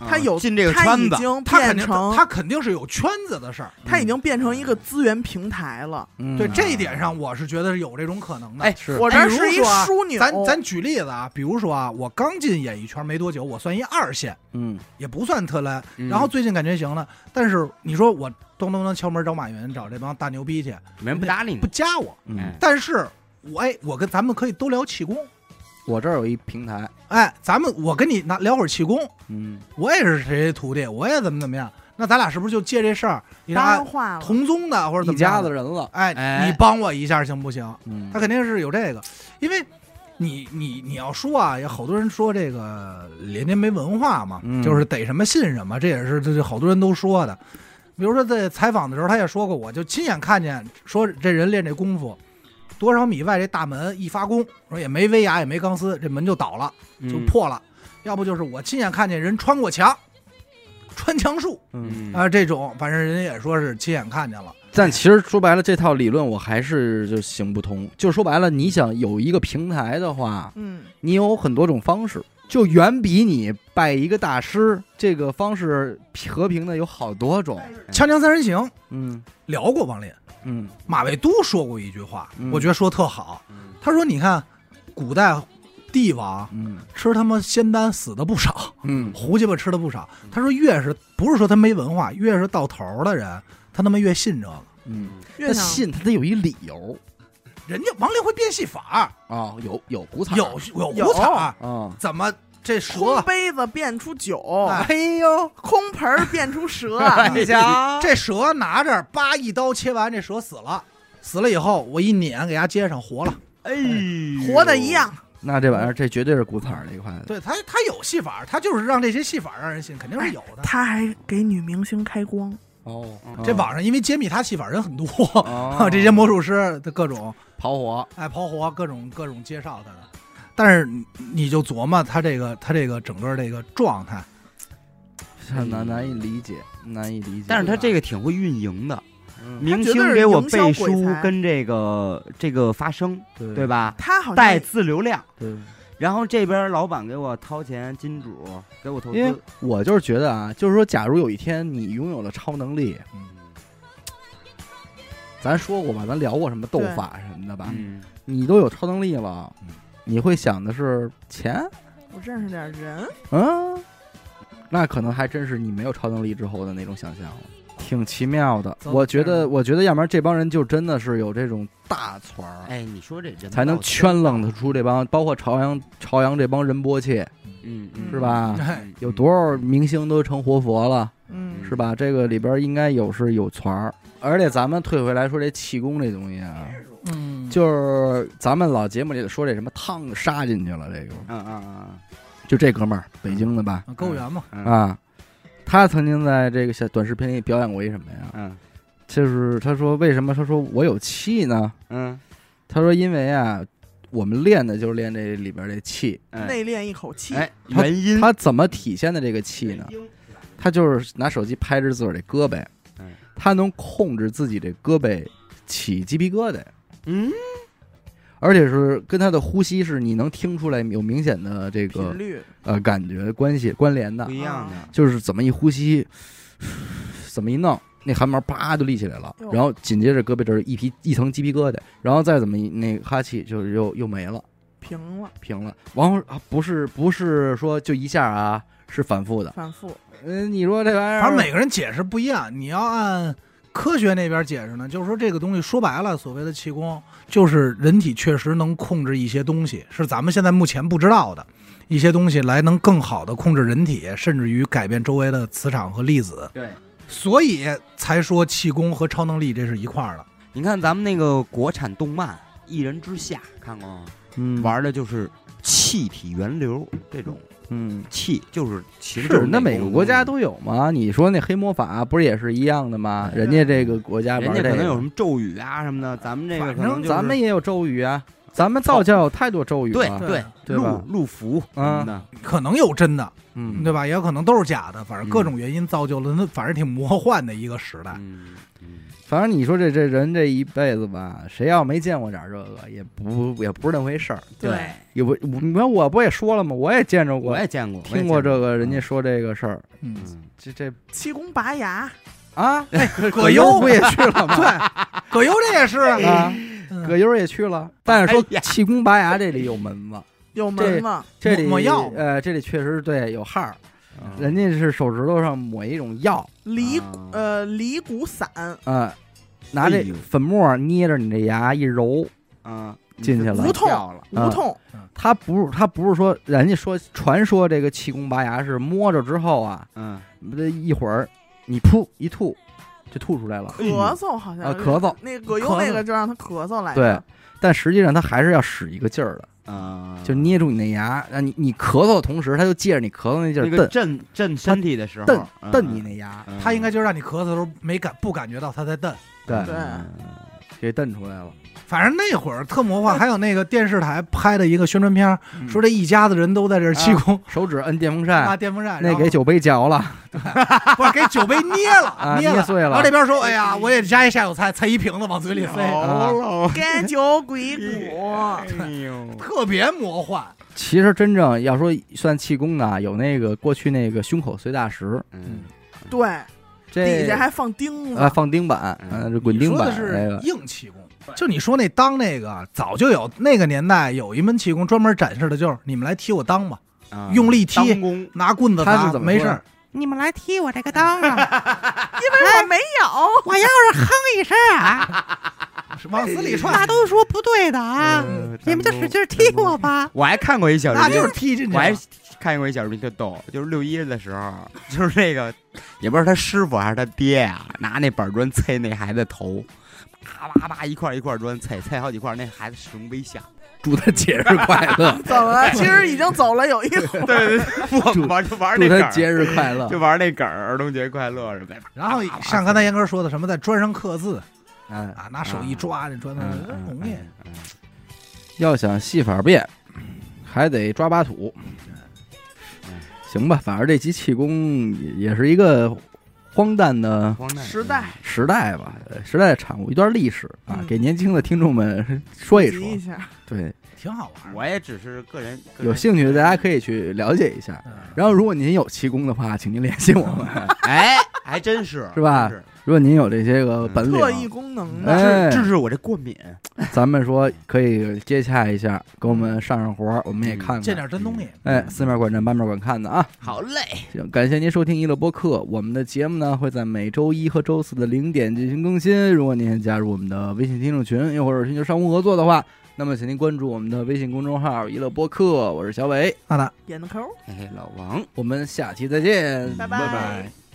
他有啊进这个他圈已子，经他肯变定成他肯定是有圈子的事儿。他已经变成一个资源平台了。嗯对这一点上，我是觉得是有这种可能的。哎，是我这儿是比一如说啊枢纽，咱咱举例子啊，比如说啊，我刚进演艺圈没多久，我算一二线，嗯也不算特烂。嗯然后最近感觉行了，但是你说我咚咚咚敲门找马云，找这帮大牛逼去，没人不搭理你哎不。加我。嗯，但是我哎，我跟咱们可以都聊气功，我这儿有一平台，哎，咱们我跟你拿聊会儿气功，嗯，我也是谁徒弟，我也怎么怎么样，那咱俩是不是就借这事儿，你当拿化了。同宗的或者怎一么样家子人了，哎，哎你帮我一下行不行？嗯他肯定是有这个，因为你你你要说啊，有好多人说这个连年没文化嘛，嗯就是逮什么信什么，这也是这这好多人都说的。比如说在采访的时候，他也说过，我就亲眼看见说这人练这功夫，多少米外这大门一发功，说也没威亚也没钢丝，这门就倒了，就嗯破了。要不就是我亲眼看见人穿过墙，穿墙术嗯啊、这种，反正人家也说是亲眼看见了。但其实说白了，这套理论我还是就行不通。就说白了，你想有一个平台的话，嗯，你有很多种方式，就远比你拜一个大师这个方式和平的有好多种。锵锵三人行》嗯聊过王林，嗯马未都说过一句话，嗯我觉得说特好。他说：“你看，古代帝王嗯吃他妈仙丹死的不少，嗯，胡鸡巴吃的不少。他说越是不是说他没文化，越是到头儿的人，他他妈越信这个。嗯，越那想信他得有一理由人家王林会变戏法儿，啊，有有古彩，有有有胡彩儿，啊，怎么这蛇空杯子变出酒，哎呦，空盆儿变出蛇。哎呀，这蛇拿着叭一刀切完，这蛇死了。死了以后，我一撵给它接上，活了。哎，活的一。样，那这玩意儿，这绝对是古彩儿这一块的。对他，他有戏法儿，他就是让这些戏法儿让人信，肯定是有的。他还给女明星开光，哦，这网上因为揭秘他戏法儿人很多，哦 这些魔术师的各种跑火，爱跑火，各种各种介绍他的。但是你你就琢磨他这个他这个整个这个状态，难难以理解，难以理解。但是他这个挺会运营的，嗯明星给我背书跟这个这个发声，对对吧？他好带像自流量，对，然后这边老板给我掏钱，金主给我投因为资，我就是觉得啊，就是说，假如有一天你拥有了超能力，咱说过吧，咱聊过什么斗法什么的吧，嗯，你都有超能力了嗯，你会想的是钱，我认识点人，嗯，那可能还真是你没有超能力之后的那种想象了。挺奇妙的，糟我觉这得，样我觉得，要不然这帮人就真的是有这种大团儿，啊哎，你说这人才能圈楞得出这帮，包括朝阳朝阳这帮仁波切嗯，是吧？哎， 有多少明星都成活佛了，嗯，是吧？这个里边应该有是有团儿，而且咱们退回来说这气功这东西啊，嗯，就是咱们老节目里说这什么汤杀进去了，这个嗯？嗯嗯就这哥们儿，北京的吧？购物员嘛，嗯啊，他曾经在这个小短视频里表演过一什么呀？嗯就是他说为什么他说我有气呢？嗯他说因为啊，我们练的就是练这里边这气，嗯，内敛一口气，哎，原嗯因他怎么体现的这个气呢？他就是拿手机拍着自个儿这胳膊嗯，他能控制自己这胳膊起鸡皮疙瘩，嗯，而且是跟他的呼吸是你能听出来有明显的这个频率啊呃感觉关系关联的不，一样的，就是怎么一呼吸，怎么一弄，那汗毛啪就立起来了哟，然后紧接着胳膊这儿一皮一层鸡皮疙瘩，然后再怎么一那哈气就是又又没了。平了，平了，然后啊不是不是说就一下啊，是反复的。反复，嗯，你说这玩意儿，反正每个人解释不一样。你要按科学那边解释呢，就是说这个东西说白了，所谓的气功，就是人体确实能控制一些东西，是咱们现在目前不知道的一些东西，来能更好的控制人体，甚至于改变周围的磁场和粒子。对。所以才说气功和超能力这是一块儿的。你看咱们那个国产动漫《一人之下》，看过吗？嗯玩的就是气体源流这种嗯。，气，就是其实就是那每内个功国家的都有嘛？你说那黑魔法不是也是一样的吗？人家这个国家东西，玩人家这可能有什个，么咒语啊什么的，咱们这个反可能正就是咱们也有咒语啊，咱们道教有太多咒语对了。对对路吧啊路服什么的，可能有真的，嗯，对吧？也有可能都是假的，反正各种原因造就了，那反正挺魔幻的一个时代。嗯嗯反正你说这这人这一辈子吧，谁要没见过点儿这个，也不也不是那回事儿。对，也不，我你看我不也说了吗？我也见着我过，也见过，听过这个人家说，说这个事儿，嗯，嗯这这气功拔牙，啊，哎葛优不也去了吗？ 对，葛优这也是啊，嗯葛优也去了，但是说哎呀气功拔牙这里有 门子，有门吗？这里抹抹药呃，这里确实对有号儿，嗯人家是手指头上抹一种药，离啊呃离骨散，呃，拿这哎呦粉末捏着你这牙一揉，啊进去了不无痛了，无痛，他不是他不是说人家说传说这个气功拔牙是摸着之后啊，嗯，这一会儿你噗一吐就吐出来了，咳嗽好啊像是咳嗽，那葛优那个就让他咳嗽来对着，，但实际上他还是要使一个劲儿的。啊，就捏住你那牙，让你你咳嗽的同时，他就借着你咳嗽那劲儿那个蹬震震身体的时候，蹬嗯蹬你，那牙，嗯他应该就是让你咳嗽的时候没感不感觉到他在瞪。对，对嗯给蹬出来了。反正那会儿特魔幻，还有那个电视台拍的一个宣传片儿，嗯说这一家子人都在这儿气功手指摁电风啊，扇，电风扇，啊哎那然后给酒杯嚼了，不是给酒杯捏了，啊了捏碎了然后这边说，哎呀，我也加一下酒菜，菜一瓶子往嘴里塞，啊喽，干酒鬼谷， 哎呦，特别魔幻。其实真正要说算气功的，有那个过去那个胸口碎大石，嗯，对，这底下还放钉啊子，放钉板，嗯嗯，这滚钉板你说那的个是硬气功。就你说那当那个早就有那个年代有一门气功专门展示的，就是你们来踢我裆吧，啊用力踢，嗯当工拿棍子他砸是怎么没说事的儿。你们来踢我这个裆啊！ 因为我没有，我要是哼一声啊，往死里那踹，都说不对的啊！嗯你们就使劲踢我吧！我还看过一小视那频，就是踢进去我了。还看过一小视频特逗，就是六一的时候，就是那个 也不知道他师傅还是他爹呀、拿那板砖啐那孩子头，啪啪啪一块一块砖啐，啐好几块，那孩子始终没响。祝他节日快乐，走了，其实已经走了有一会儿， 对对，我们玩就玩祝那梗他儿，节日快乐就。玩那梗儿，儿童节快乐什么的。然后像刚才严哥说的，什么在砖上刻字哎，啊，拿手一抓那砖头，嗯这哎嗯容易。嗯要想戏法变，还得抓把土。行吧，反正这集气功也也是一个荒诞的荒诞时代时代吧，呃时代的产物，一段历史啊，嗯给年轻的听众们说一急说。一下，对，挺好玩的。我也只是个人有兴趣的大家可以去了解一下。嗯然后，如果您有气功的话，请您联系我们。 哎，还真是是吧真如果您有这些个本特异领，功能的，哎，治治我这过敏，咱们说可以接洽一下，给我们上上活儿，我们也看见看。点真东西，嗯哎，四面管站，八面管看的啊！好嘞，行，感谢您收听娱乐播客。我们的节目呢会在每周一和周四的零点进行更新。如果您想加入我们的微信听众群，又或者寻求商务合作的话，那么请您关注我们的微信公众号“娱乐播啊客”，我是小伟，娜娜。眼的抠儿。哎，老王。我们下期再见，拜拜拜